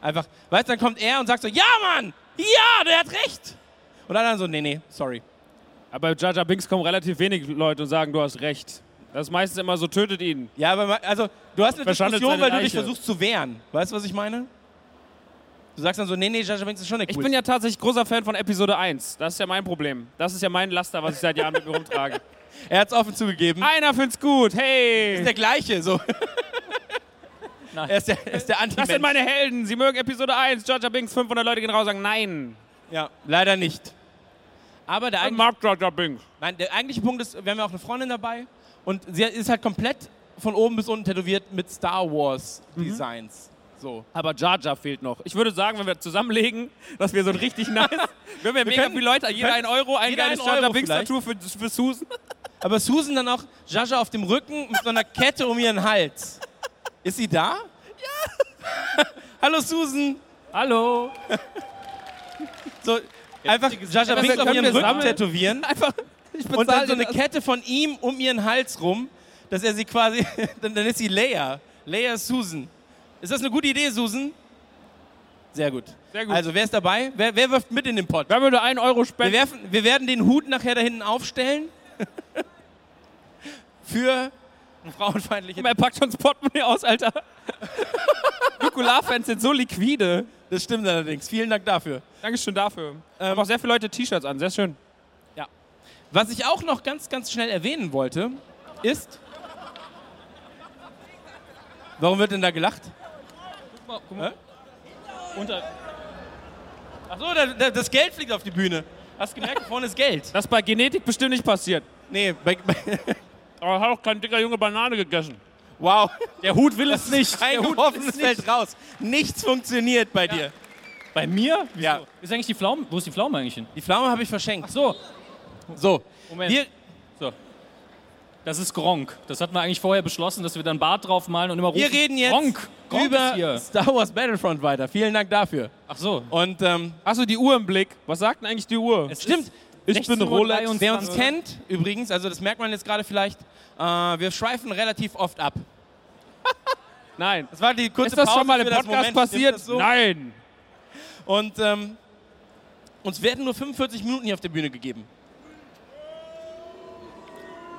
S4: Einfach, weißt du, dann kommt er und sagt so, ja, Mann, ja, der hat recht. Und alle anderen so, nee, nee, sorry.
S5: Aber bei Jaja Binks kommen relativ wenig Leute und sagen, du hast recht. Das ist meistens immer so, tötet ihn.
S4: Ja, aber ma- also, du hast eine
S5: Verschandelt
S4: Diskussion,
S5: seine
S4: weil du dich
S5: Leiche.
S4: versuchst zu wehren. Weißt du, was ich meine? Du sagst dann so, nee, nee, Jaja Binks ist schon der
S5: Ich bin ja tatsächlich großer Fan von Episode 1. Das ist ja mein Problem. Das ist ja mein Laster, was ich seit Jahren mit mir rumtrage.
S4: Er hat es offen zugegeben.
S5: Einer find's gut,
S4: ist
S5: hey!
S4: der gleiche, so.
S6: Nein.
S4: Er ist der, er ist der anti
S5: Das sind meine Helden, sie mögen Episode 1. Jaja Binks, 500 Leute gehen raus und sagen nein.
S4: Ja, leider nicht. Aber der
S5: Ich
S4: eigentliche
S5: mag Jaja Binks.
S4: Nein, der eigentliche Punkt ist, wir haben ja auch eine Freundin dabei und sie ist halt komplett von oben bis unten tätowiert mit Star Wars
S5: Mhm.
S4: Designs. So.
S5: Aber Jaja fehlt noch. Ich würde sagen, wenn wir zusammenlegen, dass wir so ein richtig nice... Wenn wir, mega
S4: können-
S5: viele Leute, jeder
S4: können-
S5: ein Euro, ein
S4: jeder
S5: geiles
S4: ein Euro
S5: Jaja Binks-Tattoo für, für Susan.
S4: Aber Susan dann auch Jaja auf dem Rücken mit so einer Kette um ihren Hals. Ist sie da? Ja. Hallo Susan.
S6: Hallo!
S4: So einfach Jaja Binks auf
S5: können
S4: ihren
S5: wir
S4: Rücken
S5: sammeln?
S4: tätowieren
S5: Einfach, ich
S4: und dann
S5: bezahle
S4: so eine
S5: das.
S4: Kette von ihm um ihren Hals rum, dass er sie quasi dann, dann ist sie Leia. Leia Susan. Ist das eine gute Idee, Susan? Sehr gut.
S5: Sehr gut.
S4: Also, wer ist dabei? Wer, wer wirft mit in den Pott?
S5: Wer würde einen Euro
S4: Wir,
S5: spenden?
S4: werfen, wir werden den Hut nachher da hinten aufstellen. Für frauenfeindliche.
S5: Er packt uns Portemonnaie aus, Alter. Nukularfans sind so liquide.
S4: Das stimmt allerdings. Vielen Dank dafür.
S5: Dankeschön dafür. Ähm, haben auch sehr viele Leute T-Shirts an, sehr schön.
S4: Was ich auch noch ganz, ganz schnell erwähnen wollte, ist. Warum wird denn da gelacht? Achso, da, da, das Geld fliegt auf die Bühne. Hast gemerkt, da vorne ist Geld.
S5: Das ist bei Genetik bestimmt nicht passiert.
S4: Nee, bei, bei,
S5: Aber hat auch kein dicker Junge Banane gegessen.
S4: wow.
S6: Der Hut will es nicht. Der Hut
S4: Eingeworfen, es fällt raus. Nichts funktioniert bei dir.
S6: Bei mir? Wieso?
S4: Ja.
S6: Ist eigentlich die Pflaume? Wo ist die Pflaume eigentlich hin?
S4: Die Pflaume habe ich verschenkt.
S6: So,
S4: So,
S6: Moment.
S4: wir,
S6: das ist Gronk. Das hatten wir eigentlich vorher beschlossen, dass wir dann Bart draufmalen und immer rufen.
S4: wir reden jetzt
S6: Gronk. Gronk ist
S4: über
S6: hier.
S4: Star Wars Battlefront weiter. Vielen Dank dafür.
S6: Ach so.
S4: Und ähm,
S5: Achso, die Uhr im Blick. Was sagt denn eigentlich die Uhr?
S6: Es
S4: stimmt,
S6: ist
S5: Ich bin
S6: 16:23
S5: Rolex.
S6: Uhr.
S4: wer uns kennt, übrigens, also das merkt man jetzt gerade vielleicht, äh, wir schweifen relativ oft ab.
S5: Nein.
S4: Das war die kurze
S5: Ist das
S4: Pause
S5: schon mal
S4: für
S5: im
S4: das
S5: Podcast
S4: Moment, stimmt
S5: passiert?
S4: das So?
S5: Nein.
S4: Und ähm, Uns werden nur 45 Minuten hier auf der Bühne gegeben.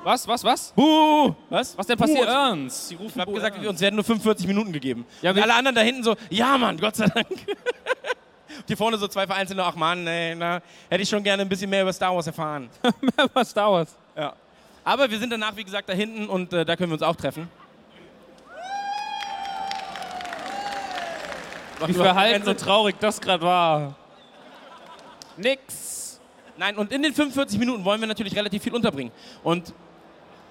S5: Was, was, was?
S4: Buh! Was?
S5: Was denn
S6: Buh,
S5: passiert?
S6: Ernst. Sie rufen
S4: Ich habe gesagt, uns werden nur 45 Minuten gegeben.
S5: Ja,
S4: und
S5: wir-
S4: alle anderen da hinten so, ja Mann, Gott sei Dank. Hier vorne so zwei Vereinzelte, ach Mann, ey, na, hätte ich schon gerne ein bisschen mehr über Star Wars erfahren.
S5: was dauert?
S4: Ja. Aber wir sind danach, wie gesagt, da hinten und äh, da können wir uns auch treffen.
S5: Wie verhalten und traurig das gerade war. Nix.
S4: Nein, und in den 45 Minuten wollen wir natürlich relativ viel unterbringen. Und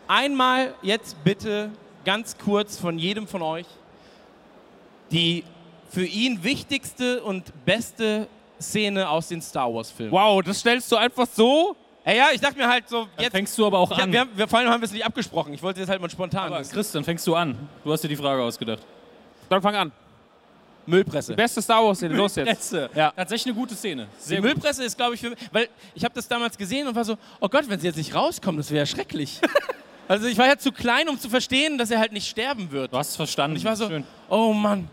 S4: einmal jetzt bitte ganz kurz von jedem von euch die für ihn wichtigste und beste Szene aus den Star Wars-Filmen.
S5: Wow, das stellst du einfach so?
S4: Ey, ja, ich dachte mir halt so, jetzt.
S6: fängst du aber auch
S4: Ich hab,
S6: an.
S4: wir, haben, wir vor allem haben wir es nicht abgesprochen. Ich wollte jetzt halt mal spontan.
S6: aber
S4: wissen.
S6: Chris, dann fängst du an. Du hast dir die Frage ausgedacht.
S5: Dann fang an.
S4: Müllpresse.
S5: Beste Star Wars-Szene, los jetzt.
S6: Letzte.
S5: Ja.
S6: Tatsächlich eine gute Szene. Sehr
S4: Die
S6: gut.
S4: Müllpresse ist, glaube ich, für mich, weil ich habe das damals gesehen und war so, oh Gott, wenn sie jetzt nicht rauskommen, das wäre ja schrecklich. also ich war ja zu klein, um zu verstehen, dass er halt nicht sterben wird.
S6: Du hast es verstanden.
S4: Ich war so,
S6: Schön.
S4: oh Mann,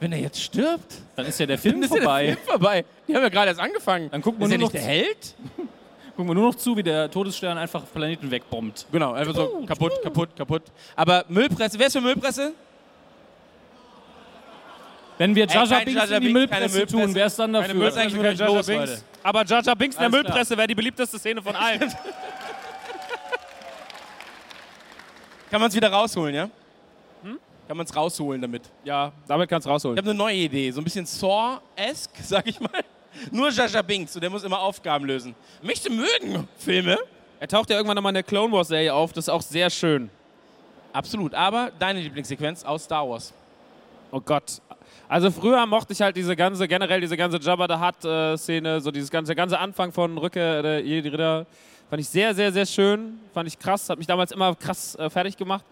S4: wenn er jetzt stirbt,
S6: Dann ist ja der Film
S4: ist ja der
S6: vorbei.
S4: Film vorbei. Die haben ja gerade erst angefangen.
S6: Dann gucken wir
S4: ist er
S6: nur
S4: nicht
S6: noch
S4: der
S6: zu.
S4: Held?
S6: Gucken wir nur noch zu, wie der Todesstern einfach Planeten wegbombt.
S4: Genau, einfach so kaputt, kaputt, kaputt. Aber Müllpresse, wer ist für Müllpresse?
S6: Wenn wir Jar Jar
S4: kein
S6: Binks
S4: Jar Jar
S6: in die
S4: Binks, keine
S6: Müllpresse,
S4: Müllpresse.
S6: tun, wer ist dann
S4: Keine
S6: dafür?
S4: Müllpresse, eigentlich
S6: Also,
S4: nur
S6: los,
S4: Jar Jar
S6: Leute.
S5: Aber Jar Jar Binks in der
S6: Alles
S5: Müllpresse wäre die beliebteste Szene von allen.
S4: Kann man es wieder rausholen, ja? Kann man es rausholen damit.
S5: Hm? ja, damit kannst du
S4: Ich
S5: rausholen.
S4: habe eine neue Idee, so ein bisschen Saw-esque, sag ich mal. Nur Jaja Binks und der muss immer Aufgaben lösen. Mich zu mögen, Filme.
S5: Er taucht ja irgendwann nochmal in der Clone Wars-Serie auf, das ist auch sehr schön.
S4: Absolut, aber deine Lieblingssequenz aus Star Wars.
S5: Oh Gott. Also früher mochte ich halt diese ganze, generell diese ganze Jabba the Hutt-Szene, so dieses ganze, der ganze Anfang von Rücke der Jedi Ritter. Fand ich sehr, sehr, sehr schön. Fand ich krass. Hat mich damals immer krass äh, fertig gemacht.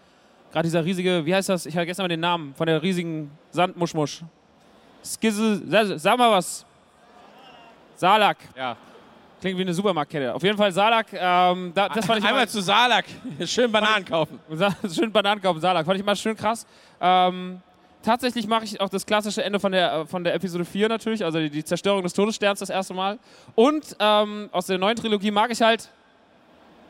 S5: Gerade dieser riesige, wie heißt das? Ich hatte gestern mal den Namen von der riesigen Sandmuschmusch. Skizze, sag, sag mal was. Salak.
S4: Ja.
S5: Klingt wie eine Supermarktkette. Auf jeden Fall Salak, ähm, da, das fand ich immer-
S4: Einmal zu Salak, schön Bananen kaufen.
S5: Sa- Schön Bananenkauf im Salak. Fand ich mal schön krass. Ähm, tatsächlich mache ich auch das klassische Ende von der, äh, von der Episode 4 natürlich, also die, die Zerstörung des Todessterns das erste Mal. Und ähm, aus der neuen Trilogie mag ich halt.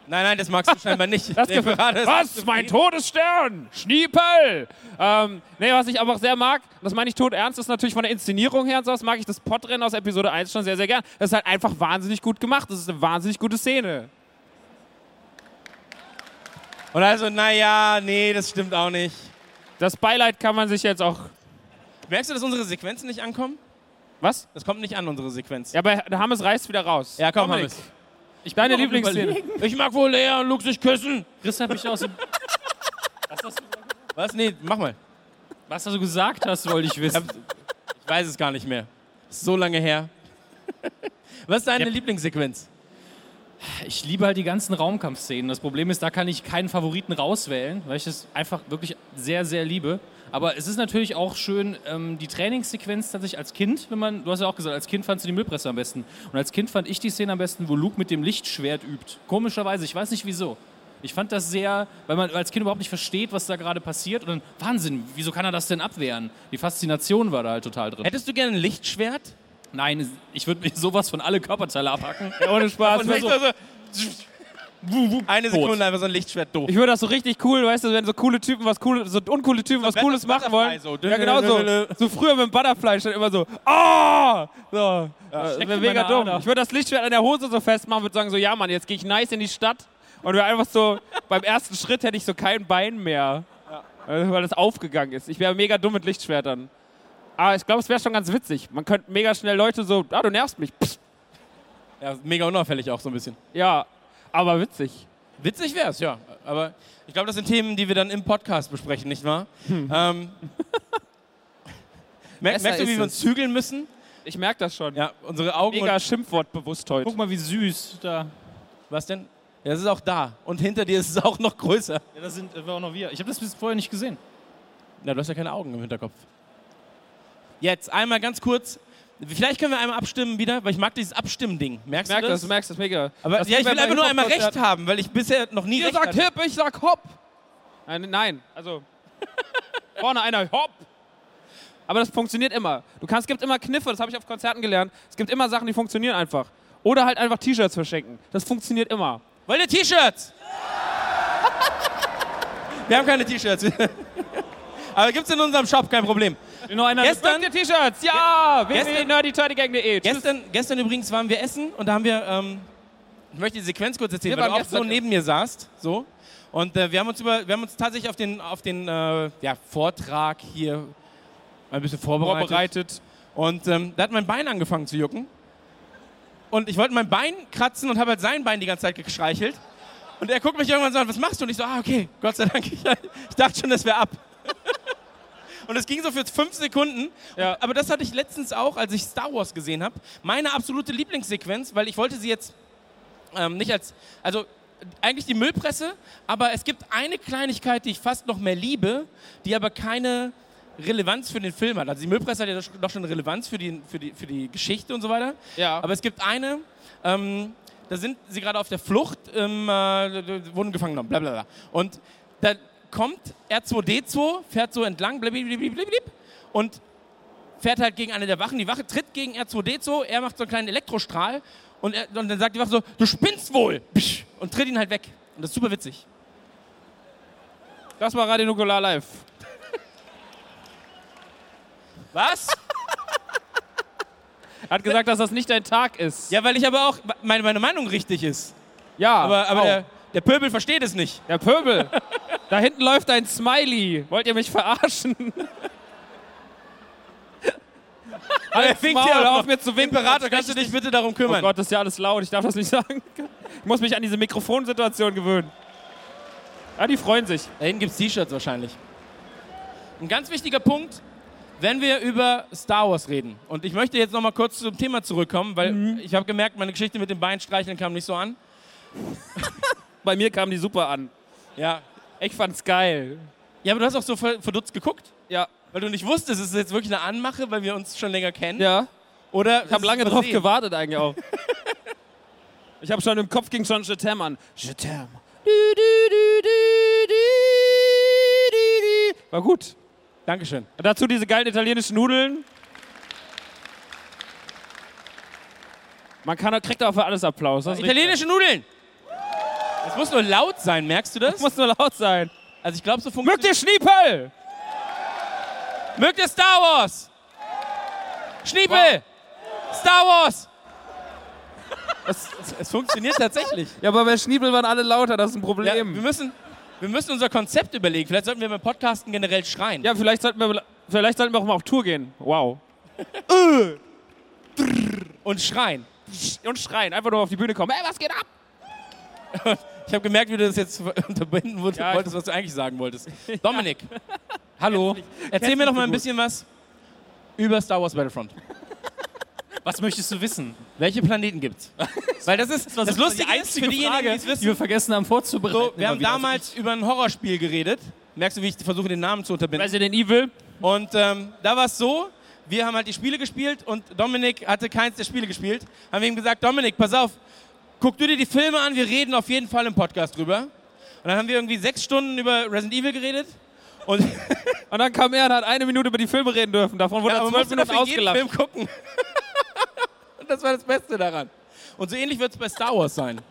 S4: Nein, nein, das magst du scheinbar nicht.
S5: Das
S4: Der
S5: gefällt-
S4: Verrat ist-
S5: was? Mein Todesstern! Schniepel! Ähm, nee, was ich aber auch sehr mag, und das meine ich tot ernst, ist natürlich von der Inszenierung her und sowas, mag ich das Pottrennen aus Episode 1 schon sehr, sehr gern. Das ist halt einfach wahnsinnig gut gemacht. Das ist eine wahnsinnig gute Szene.
S4: Und also, naja, nee, das stimmt auch nicht.
S5: Das Beileid kann man sich jetzt auch.
S4: Merkst du, dass unsere Sequenzen nicht ankommen?
S5: Was?
S4: Das kommt nicht an, unsere Sequenz.
S5: Ja, aber Hammes reißt wieder raus.
S4: Ja, komm,
S5: Dominik,
S4: Hammes.
S6: Ich
S5: Deine
S6: bin noch am
S5: Lieblingsszene.
S6: Überlegen.
S4: Ich mag wohl Lea und Luke sich küssen.
S6: Chris hat mich aus dem. Was hast, du,
S4: Was? Nee, mach mal.
S6: was du gesagt hast, wollte ich wissen.
S4: Ich weiß es gar nicht mehr. Ist so lange her. Was ist deine
S6: Ja.
S4: Lieblingssequenz?
S6: Ich liebe halt die ganzen Raumkampfszenen. Das Problem ist, da kann ich keinen Favoriten rauswählen, weil ich das einfach wirklich sehr, sehr liebe. Aber es ist natürlich auch schön, ähm, die Trainingssequenz tatsächlich als Kind, wenn man, du hast ja auch gesagt, als Kind fandst du die Müllpresse am besten. Und als Kind fand ich die Szene am besten, wo Luke mit dem Lichtschwert übt. Komischerweise, ich weiß nicht wieso. Ich fand das sehr, weil man als Kind überhaupt nicht versteht, was da gerade passiert. Und dann, Wahnsinn, wieso kann er das denn abwehren? Die Faszination war da halt total drin.
S4: Hättest du gerne ein Lichtschwert?
S6: Nein, ich würde mir sowas von alle Körperteile abhacken.
S5: Ohne Spaß.
S4: Und so, so, eine
S6: Tot.
S4: Sekunde einfach so ein Lichtschwert doof.
S5: Ich würde das so richtig cool, weißt du, wenn so coole Typen was cooles, so uncoole Typen was
S4: Butterfly
S5: Cooles machen wollen.
S4: so.
S5: Ja, genau so. So früher mit dem Butterfly stand immer so, ah! So. das
S6: steckt
S5: wäre
S6: in
S5: mega
S6: meiner
S5: dumm.
S6: Ader.
S5: Ich würde das Lichtschwert an der Hose so festmachen, würde sagen so, ja Mann, jetzt gehe ich nice in die Stadt. Und wäre einfach so, beim ersten Schritt hätte ich so kein Bein mehr. Äh, Weil das aufgegangen ist. Ich wäre mega dumm mit Lichtschwertern. Aber ich glaube, es wäre schon ganz witzig. Man könnte mega schnell Leute so, ah, du nervst mich. Psst.
S4: Ja, mega unauffällig auch so ein bisschen.
S5: Ja, aber witzig.
S4: Witzig wär's, ja. Aber ich glaube, das sind Themen, die wir dann im Podcast besprechen, nicht wahr? Ähm, Mer
S5: Besser
S4: merkst du, wie wir
S5: ist es.
S4: uns zügeln müssen?
S5: Ich merke das schon.
S4: Ja, unsere Augen
S5: Mega
S4: und...
S5: Schimpfwort bewusst heute.
S6: Guck mal, wie süß da.
S4: Was denn? Ja, das ist auch da. Und hinter dir ist es auch noch größer.
S6: Ja, das sind äh, auch noch wir. Ich habe das bis vorher nicht gesehen.
S4: Na, du hast ja keine Augen im Hinterkopf. Jetzt einmal ganz kurz. Vielleicht können wir einmal abstimmen wieder, weil ich mag dieses Abstimmen-Ding. Merkst
S5: merkst
S4: du das?
S5: das, du merkst das mega.
S4: Aber
S5: das
S4: ja, ich
S5: geht
S4: will
S5: bei
S4: einfach nur einmal
S5: Hip-Hop-Konzerten.
S4: Recht haben, weil ich bisher noch nie
S5: Ihr
S4: Recht
S5: sagt
S4: hatte.
S5: hip, ich sag hopp. Nein, nein also vorne einer hopp. Aber das funktioniert immer. Du kannst, es gibt immer Kniffe, das habe ich auf Konzerten gelernt. Es gibt immer Sachen, die funktionieren einfach. Oder halt einfach T-Shirts verschenken. Das funktioniert immer.
S4: Wollt ihr T-Shirts? Wir haben keine T-Shirts. Aber gibt's in unserem Shop, kein Problem.
S5: Noch einer
S4: Gestern-
S5: gestern T-Shirts. Ja,
S4: Gestern-
S5: www.nerdyturdygang.de. Tschüss.
S4: Gestern, gestern übrigens waren wir essen und da haben wir, ähm, ich möchte die Sequenz kurz erzählen,
S5: Wir
S4: weil du
S5: waren
S4: auch so
S5: gestern-
S4: neben mir saßt, so. Und äh, wir haben uns über, wir haben uns tatsächlich auf den, auf den äh, ja, Vortrag hier ein bisschen vorbereitet.
S5: Vorbereitet.
S4: Und ähm, da hat mein Bein angefangen zu jucken. Und ich wollte mein Bein kratzen und habe halt sein Bein die ganze Zeit gestreichelt. Und er guckt mich irgendwann so an, was machst du? Und ich so, ah, okay, Gott sei Dank. Ich, ich dachte schon, das wäre ab. Und es ging so für fünf Sekunden.
S5: Ja.
S4: Aber das hatte ich letztens auch, als ich Star Wars gesehen habe. Meine absolute Lieblingssequenz, weil ich wollte sie jetzt ähm, nicht als, also äh, eigentlich die Müllpresse, aber es gibt eine Kleinigkeit, die ich fast noch mehr liebe, die aber keine Relevanz für den Film hat. Also die Müllpresse hat ja doch- doch schon Relevanz für die, für die, für die Geschichte und so weiter.
S5: Ja.
S4: Aber es gibt eine, ähm, da sind sie gerade auf der Flucht, ähm, äh, wurden gefangen genommen, bla bla bla. Und da kommt R2D2, fährt so entlang, blablabla, und fährt halt gegen eine der Wachen. Die Wache tritt gegen R2D2, er macht so einen kleinen Elektrostrahl und, er, und dann sagt die Wache so, du spinnst wohl! Psch, Und tritt ihn halt weg. Und das ist super witzig.
S5: Das war Radio Nukular Live.
S4: Was?
S5: Er hat gesagt, dass das nicht dein Tag ist.
S4: ja, weil ich aber auch, meine, meine Meinung richtig ist.
S5: Ja,
S4: Aber, aber
S5: au.
S4: der, der Pöbel versteht es nicht.
S5: der Pöbel. da hinten läuft ein Smiley. Wollt ihr mich verarschen?
S4: Aber er winkt
S5: Maul,
S4: dir
S5: hör
S4: auch
S5: auf mir zu winken.
S4: Imperator, kannst du dich bitte darum
S5: Oh
S4: kümmern?
S5: Gott, das ist ja alles laut. Ich darf das nicht sagen. Ich muss mich an diese Mikrofonsituation gewöhnen. Ja, die freuen sich.
S4: Da hinten gibt es T-Shirts wahrscheinlich. Ein ganz wichtiger Punkt, wenn wir über Star Wars reden. Und ich möchte jetzt nochmal kurz zum Thema zurückkommen, weil
S5: Mhm.
S4: ich habe gemerkt, meine Geschichte mit dem Beinstreicheln kam nicht so an.
S5: Bei mir kamen die super an.
S4: Ja.
S5: Ich fand's geil.
S4: Ja, aber du hast auch so ver- verdutzt geguckt,
S5: Ja.
S4: weil du nicht wusstest, ist es jetzt wirklich eine Anmache, weil wir uns schon länger kennen?
S5: Ja.
S4: Oder?
S5: Ich habe lange drauf
S4: gewartet.
S5: gewartet eigentlich auch. ich habe schon im Kopf ging schon Je t'aime an. Je t'aime. Du, du, du, du, du, du, du. War gut.
S4: Dankeschön.
S5: Und dazu diese geilen italienischen Nudeln. Man kann, kriegt auch für alles Applaus. Das ist richtig.
S4: Italienische Nudeln! Es muss nur laut sein, merkst du das?
S5: muss nur laut sein.
S4: Also ich glaube, so funktioniert
S5: Mögt ihr Schniepel?
S4: Mögt ihr Star Wars? Schniepel! Star Wars! Es, es, es funktioniert tatsächlich.
S5: Ja, aber bei Schniepel waren alle lauter, das ist ein
S4: Ja, wir,
S5: Problem.
S4: müssen, wir müssen unser Konzept überlegen. Vielleicht sollten wir beim Podcasten generell schreien.
S5: Ja, vielleicht, sollten wir, vielleicht sollten wir auch mal auf Tour gehen. Wow.
S4: Und schreien.
S5: Und schreien, einfach nur auf die Bühne kommen. Ey, was geht ab?
S4: Ich habe gemerkt, wie du das jetzt unterbinden wolltest,
S5: Ja, ich-
S4: wolltest, was du eigentlich sagen wolltest. Dominik, hallo. Erzähl mir doch mal ein bisschen was über Star Wars Battlefront.
S6: Was möchtest du wissen?
S4: Welche Planeten gibt's? Weil das ist das,
S6: Das war die
S4: Lustige ist für
S6: einzige
S4: diejenigen,
S6: Frage,
S4: die es wissen.
S6: die wir vergessen haben vorzubereiten.
S4: So, wir
S6: immer
S4: haben
S6: wieder.
S4: damals über ein Horrorspiel geredet. Merkst du, wie ich versuche, den Namen zu unterbinden?
S5: Resident Evil.
S4: Und ähm, da war es so, wir haben halt die Spiele gespielt und Dominik hatte keins der Spiele gespielt. Haben wir ihm gesagt, Dominik, pass auf, guck du dir die Filme an, wir reden auf jeden Fall im Podcast drüber. Und dann haben wir irgendwie sechs Stunden über Resident Evil geredet. Und
S5: Und dann kam er und hat eine Minute über die Filme reden dürfen. Davon wurde
S4: Ja,
S5: er
S4: aber
S5: zwölf
S4: musst du
S5: Minuten
S4: dafür jeden
S5: ausgelacht.
S4: Film gucken. und das war das Beste daran. Und so ähnlich wird es bei Star Wars sein.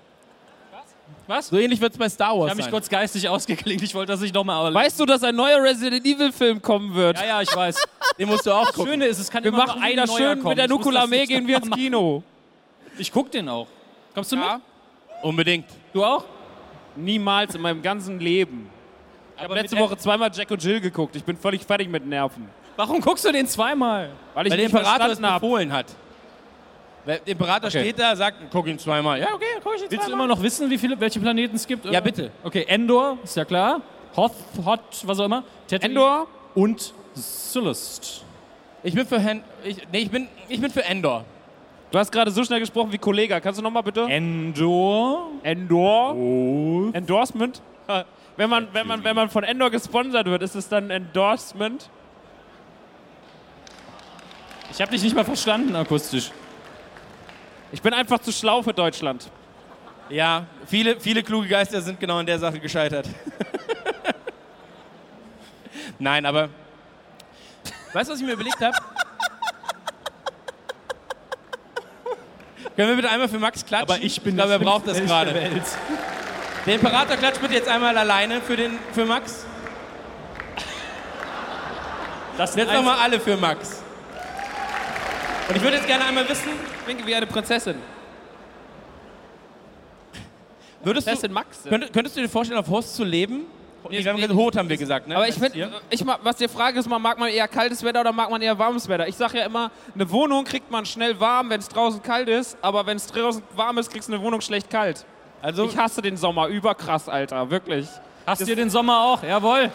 S5: Was?
S4: So ähnlich wird es bei Star
S6: Ich
S4: Wars
S6: habe mich
S4: sein.
S6: kurz geistig ausgeklingt. Ich wollte das nicht nochmal.
S5: Weißt du, dass ein neuer Resident Evil Film kommen wird?
S6: Ja, ja, ich weiß.
S4: Den musst du auch
S6: Das
S4: gucken.
S6: Schöne ist, es kann
S5: Wir
S6: immer
S5: machen
S6: nur ein
S5: wieder
S6: neuer
S5: schön
S6: kommen.
S5: mit der
S6: Ich muss das
S5: Nukularmee,
S6: jetzt
S5: gehen wir ins
S6: machen.
S5: Kino.
S6: Ich guck den auch. Kommst du
S5: Ja.
S6: mit?
S4: Unbedingt.
S6: Du auch?
S5: Niemals in meinem ganzen Leben. Ich habe letzte
S6: mit-
S5: Woche zweimal Jack und Jill geguckt. Ich bin völlig fertig mit Nerven.
S6: Warum guckst du den zweimal?
S5: Weil ich
S4: Weil der
S5: nicht
S4: Imperator es
S5: verstanden habe.
S4: befohlen hat. Weil der Imperator steht da, sagt, guck ihn zweimal. Ja, okay, guck ich ihn
S6: Willst du
S4: zweimal.
S6: immer noch wissen, wie viele, welche Planeten es gibt?
S4: Ja, bitte.
S6: Okay, Endor, ist ja klar. Hoth, Hot, was auch immer. Tatooine
S5: Endor?
S6: Und Sullust.
S4: Ich bin für Hen ich, nee, ich bin, ich bin für Endor.
S5: Du hast gerade so schnell gesprochen wie Kollega. Kannst du nochmal bitte?
S6: Endor.
S5: Endor. Endorsement. Wenn man, wenn, man, wenn man von Endor gesponsert wird, ist es dann Endorsement?
S6: Ich habe dich nicht mal verstanden akustisch.
S5: Ich bin einfach zu schlau für Deutschland.
S4: Ja, viele, viele kluge Geister sind genau in der Sache gescheitert. Nein, aber Weißt du, was ich mir überlegt habe? Können wir bitte einmal für Max klatschen?
S6: Aber ich bin
S4: glaube, er
S6: der
S4: braucht das
S6: Schlimmste der
S4: gerade.
S6: Welt.
S4: Der Imperator klatscht bitte jetzt einmal alleine für, den, für Max.
S6: Lass
S4: Jetzt
S6: eins-
S4: nochmal alle für Max. Und ich würde jetzt gerne einmal wissen, ich winke wie eine Prinzessin. Würdest
S5: Das
S4: du,
S5: sind Max.
S4: könntest, könntest du dir vorstellen, auf Host zu leben? Wir haben gesagt, Hot haben wir gesagt, ne?
S5: Aber ich finde, ich, ma- was die Frage ist, mal, mag man eher kaltes Wetter oder mag man eher warmes Wetter? Ich sage ja immer, eine Wohnung kriegt man schnell warm, wenn es draußen kalt ist, aber wenn es draußen warm ist, kriegst du eine Wohnung schlecht kalt.
S4: also,
S5: Ich hasse den Sommer, überkrass, Alter, wirklich.
S6: Hast du den Sommer auch? Jawohl.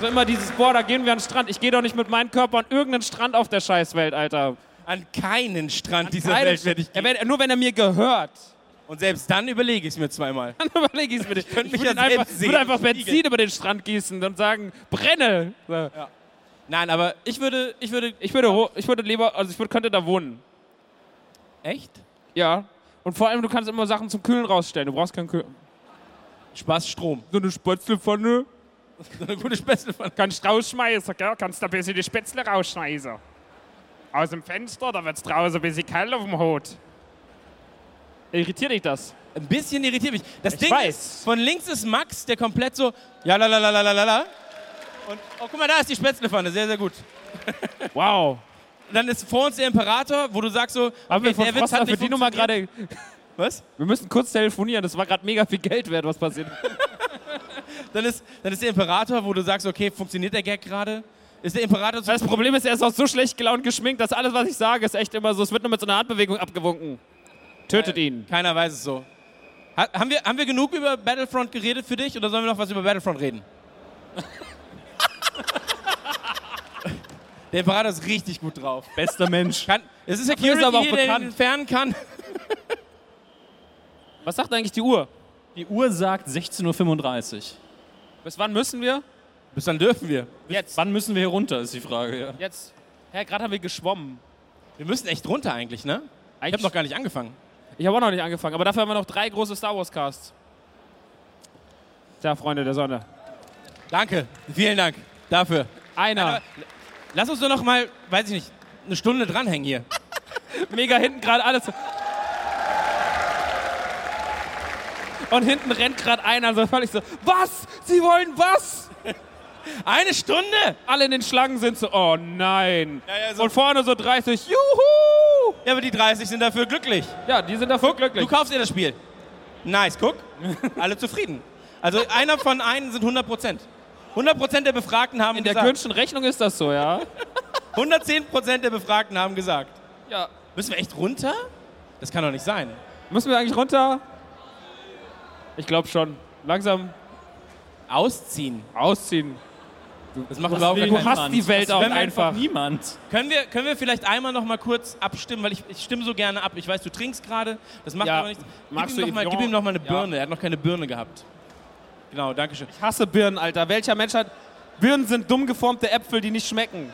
S5: So immer dieses, boah, da gehen wir an den Strand. Ich gehe doch nicht mit meinem Körper an irgendeinen Strand auf der Scheißwelt, Alter.
S4: an keinen Strand dieser
S5: Keinen-
S4: Welt werde ich
S5: Ja,
S4: gehen.
S5: wenn, nur wenn er mir gehört.
S4: Und selbst dann überlege ich es mir zweimal.
S5: Dann überlege ich es mir nicht. Ich
S4: könnte mich
S5: würd
S4: ja
S5: ihn
S4: selbst
S5: einfach,
S4: sehen.
S5: würde einfach
S4: Fliege.
S5: Benzin über den Strand gießen und sagen, brenne. So.
S4: Nein, aber ich würde, ich würde,
S5: Ich, würde, ho- ich würde lieber, also ich würde, könnte da wohnen.
S4: echt?
S5: Ja. Und vor allem, du kannst immer Sachen zum Kühlen rausstellen. Du brauchst keinen Kühlen.
S4: Spaß Strom.
S5: So eine Spätzlepfanne.
S4: So eine gute Spätzlepfanne.
S5: Kannst rausschmeißen, gell? Kannst da ein bisschen die Spätzle rausschmeißen. Aus dem Fenster, da wird's draußen ein bisschen kalt auf dem Hut. Irritiert dich das?
S4: Ein bisschen irritiert mich. Das Ding
S5: weiß.
S4: ist, von links ist Max, der komplett so, ja, la, la, la, la, la, la, la. Und, oh, guck mal, da ist die Spätzlepfanne, sehr, sehr gut.
S5: Wow.
S4: Dann ist vor uns der Imperator, wo du sagst so,
S5: Haben wir
S4: okay,
S5: von
S4: der Witz
S5: Froster
S4: hat
S5: für
S4: nicht
S5: die Nummer
S4: funktioniert.
S5: gerade.
S4: Was?
S5: Wir müssen kurz telefonieren, das war gerade mega viel Geld wert, was passiert.
S4: Dann ist, dann ist der Imperator, wo du sagst, okay, funktioniert der Gag gerade? Ist der Imperator zu
S5: Das Problem ist, er ist auch so schlecht gelaunt geschminkt, dass alles, was ich sage, ist echt immer so. Es wird nur mit so einer Handbewegung abgewunken. Tötet ihn.
S4: Keiner weiß es so. Ha haben, wir, haben wir genug über Battlefront geredet für dich oder sollen wir noch was über Battlefront reden? Der Imperator ist richtig gut drauf.
S6: Bester Mensch.
S4: Kann, es ist
S5: Dafür
S4: Security,
S5: ist er aber auch
S4: hier, der ihn
S5: bekannt.
S4: entfernen kann.
S5: Was sagt eigentlich die Uhr?
S6: Die Uhr sagt 16.35 Uhr.
S5: Bis wann müssen wir?
S4: Bis dann dürfen wir.
S5: Jetzt.
S6: Wann müssen wir hier runter, ist die Frage. Ja.
S5: Jetzt. Hä, gerade haben wir geschwommen.
S4: Wir müssen echt runter eigentlich, ne? Ich habe noch gar nicht angefangen.
S5: Ich habe auch noch nicht angefangen, aber dafür haben wir noch drei große Star Wars Casts. Tja, Freunde der Sonne.
S4: Danke, vielen Dank dafür.
S5: Einer.
S4: Lass uns nur noch mal, weiß ich nicht, eine Stunde dranhängen hier.
S5: Mega hinten gerade alles. Und hinten rennt gerade einer so völlig so, was? Sie wollen was?
S4: Eine Stunde?
S5: Alle in den Schlangen sind so, oh nein.
S4: ja, so-
S5: Und vorne so 30, juhu!
S4: Ja, aber die 30 sind dafür glücklich.
S5: Ja, die sind dafür
S4: Du
S5: glücklich.
S4: kaufst dir das Spiel. Nice, guck. Alle zufrieden. Also einer von einen sind 100 Prozent. 100 Prozent der Befragten haben
S5: In der
S4: gesagt.
S5: Künstlichen Rechnung ist das so, ja?
S4: 110 Prozent der Befragten haben gesagt.
S5: Ja.
S4: Müssen wir echt runter? Das kann doch nicht sein.
S5: Müssen wir eigentlich runter? Ich glaube schon. Langsam
S4: Ausziehen.
S5: ausziehen.
S4: Das macht überhaupt
S5: Du
S4: keinen Sinn.
S5: hast die Welt auch
S6: Wenn wir einfach
S5: einfach.
S6: niemand.
S4: Können wir, können wir vielleicht einmal noch mal kurz abstimmen, weil ich, ich stimme so gerne ab. Ich weiß, du trinkst gerade. Das macht
S5: Ja.
S4: aber nichts.
S5: Magst
S4: gib
S5: du
S4: ihm noch mal, gib
S5: Evian?
S4: ihm noch mal eine
S5: Ja.
S4: Birne. Er hat noch keine Birne gehabt. Genau, danke schön.
S5: Ich hasse Birnen, Alter. Welcher Mensch hat. Birnen sind dumm geformte Äpfel, die nicht schmecken.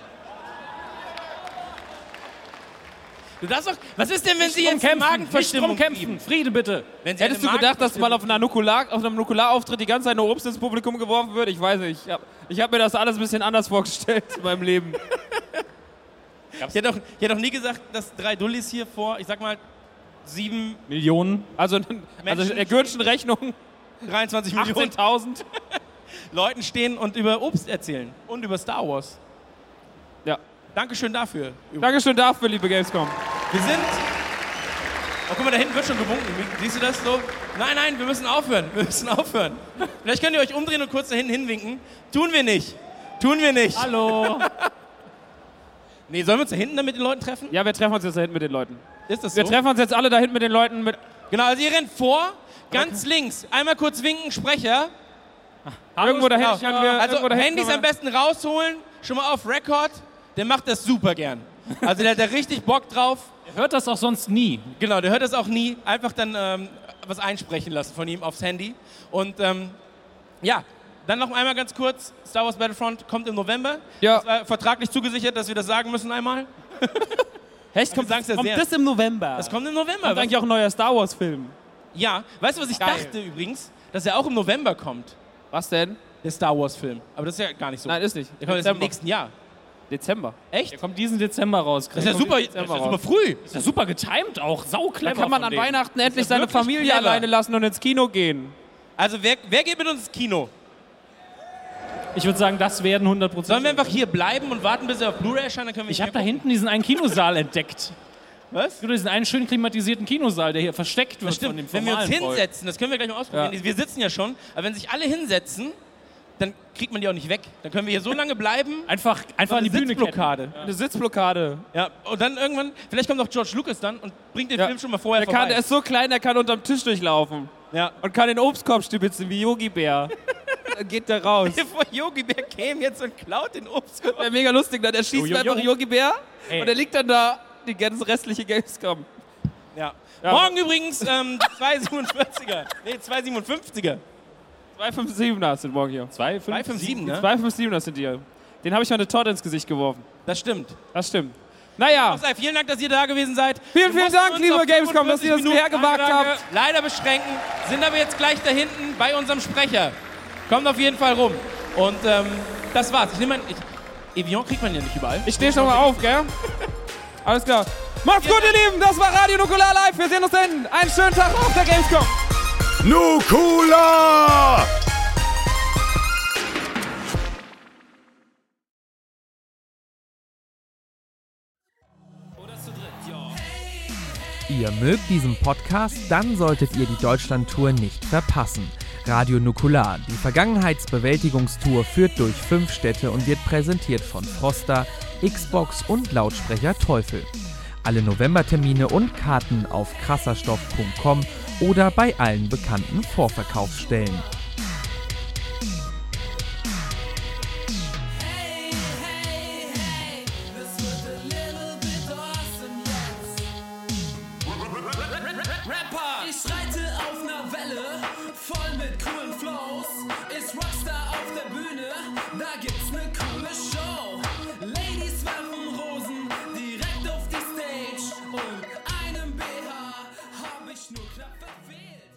S4: Du darfst doch. Was ist denn, wenn sie
S6: Drum
S4: jetzt eine
S6: kämpfen, nicht drum
S4: Magenverstimmung
S6: kämpfen. Friede bitte.
S4: Wenn sie
S5: Hättest
S4: eine
S5: du gedacht, dass
S4: Magenverstimmung-
S5: mal auf, einer Nukular, auf einem Nukularauftritt die ganze Zeit nur Obst ins Publikum geworfen wird? Ich weiß nicht. Ich habe ich hab mir das alles ein bisschen anders vorgestellt in meinem Leben.
S4: Ich hätte, auch, ich hätte auch nie gesagt, dass drei Dullis hier vor, ich sag mal, sieben,
S6: Millionen.
S5: Also, also in der Gürtschen Rechnung
S4: 23 Millionen
S5: 18.000.
S4: Leuten stehen und über Obst erzählen. Und über Star Wars.
S5: Ja.
S4: Dankeschön dafür.
S5: Dankeschön dafür, liebe Gamescom.
S4: Wir sind. Oh, guck mal, da hinten wird schon gewunken. Siehst du das so? Nein, nein, wir müssen aufhören. Wir müssen aufhören. Vielleicht könnt ihr euch umdrehen und kurz dahin hinwinken. Tun wir nicht. Tun wir nicht.
S6: Hallo.
S4: Nee, sollen wir uns da hinten dann mit den Leuten treffen?
S5: Ja, wir treffen uns jetzt da hinten mit den Leuten.
S4: Ist das so?
S5: Wir treffen uns jetzt alle da hinten mit den Leuten. Mit
S4: genau, also ihr rennt vor, ganz links. Einmal kurz winken, Sprecher.
S5: irgendwo dahin.
S4: Genau.
S5: schauen wir-
S4: also
S5: irgendwo dahin
S4: Handys
S5: schauen
S4: am
S5: wir-
S4: besten rausholen, schon mal auf Record. Der macht das super gern. Also der hat da richtig Bock drauf.
S6: Hört das auch sonst nie.
S4: Genau, der hört das auch nie. Einfach dann ähm, was einsprechen lassen von ihm aufs Handy. Und ähm, ja, dann noch einmal ganz kurz: Star Wars Battlefront kommt im November.
S5: Ja.
S4: Das war vertraglich zugesichert, dass wir das sagen müssen einmal.
S5: Hecht kommt,
S4: Wir sagen's ja
S5: kommt
S4: sehr.
S5: das im November.
S4: Das kommt also- im November.
S5: kommt eigentlich auch ein neuer Star Wars Film.
S4: ja, weißt du, was ich
S5: Geil.
S4: dachte übrigens? Dass er auch im November kommt,
S5: Was denn?
S4: der Star Wars Film. Aber das ist ja gar nicht so.
S5: Nein, ist nicht.
S4: der kommt erst im nächsten Jahr.
S5: Dezember.
S6: Der kommt diesen Dezember raus.
S4: Das ist ja super, das ist ja
S5: Dezember
S4: super
S5: raus.
S4: früh.
S6: Ist ja super getimed auch. Sau
S5: Da
S6: clever.
S5: kann man
S6: von
S5: an
S6: denen.
S5: Weihnachten endlich
S4: ja
S5: seine
S4: wirklich
S5: Familie
S4: clever.
S5: alleine lassen und ins Kino gehen.
S4: Also wer, wer geht mit uns ins Kino?
S6: Ich würde sagen, das werden 100
S4: Sollen wir
S6: Prozent.
S4: einfach hier bleiben und warten, bis er auf Blu-ray erscheint? Dann können wir
S6: Ich
S4: nicht
S6: habe da
S4: mehr
S6: hinten diesen einen Kinosaal entdeckt.
S4: Was?
S6: Nur diesen einen schön klimatisierten Kinosaal, der hier versteckt wird von dem
S4: Stimmt, wenn wir uns
S6: formalen Volk.
S4: hinsetzen, das können wir gleich mal ausprobieren.
S6: Ja.
S4: Wir sitzen ja schon, aber wenn sich alle hinsetzen, dann kriegt man die auch nicht weg. Dann können wir hier so lange bleiben.
S6: Einfach, einfach
S5: Also
S6: an die Bühne ketten.
S4: Sitzblockade.
S5: Eine Sitzblockade.
S4: Ja, und dann irgendwann, vielleicht kommt noch George Lucas dann und bringt den
S5: Ja.
S4: Film schon mal vorher
S5: Der, kann, der
S4: vorbei.
S5: ist so klein, der kann unterm Tisch durchlaufen.
S4: Ja.
S5: Und kann den Obstkorb stibitzen wie Yogi Bär. Dann geht der raus.
S4: Bevor Yogi Bär käme jetzt und klaut den Obstkorb.
S5: Wäre mega lustig, dann erschießt
S6: Jo, jo, jo.
S5: einfach Yogi Bär
S6: Ey.
S5: und er liegt dann da die ganze restliche Gamescom.
S4: Ja. Morgen übrigens ähm, 247er. Nee, 257er.
S5: 257er sind morgen hier.
S4: 257, ne?
S5: 257er sind hier. Den habe ich mal eine Torte ins Gesicht geworfen.
S4: Das stimmt.
S5: Das stimmt. Naja,
S4: Auch sei, vielen Dank, dass ihr da gewesen seid.
S5: Vielen, vielen
S4: mussten
S5: Dank,
S4: uns
S5: liebe
S4: auf
S5: Gamescom, dass
S4: 45
S5: ihr das
S4: Minuten
S5: hergewagt
S4: Ansage
S5: habt.
S4: Leider beschränken, sind aber jetzt gleich da hinten bei unserem Sprecher. Kommt auf jeden Fall rum. Und ähm, das war's. Ich nehme mein, ich, Evian kriegt man ja nicht überall.
S5: ich stehe schon mal auf, gell? Alles klar. Macht's gut, ihr Lieben. Das war Radio Nukular Live. Wir sehen uns dann. Einen schönen Tag auf der Gamescom.
S3: Nukula!
S1: Ihr mögt diesen Podcast, dann solltet ihr die Deutschlandtour nicht verpassen. Radio Nukular, die Vergangenheitsbewältigungstour führt durch fünf Städte und wird präsentiert von Froster, Xbox und Lautsprecher Teufel. Alle Novembertermine und Karten auf krasserstoff.com oder bei allen bekannten Vorverkaufsstellen.
S10: Ich schreite auf ner Welle, voll mit coolen Flows. Ist Rockstar auf der Bühne, da gibt's ne coole Show. Ladies werfen Rosen direkt auf die Stage und einem BH hab ich nur knapp verfehlt.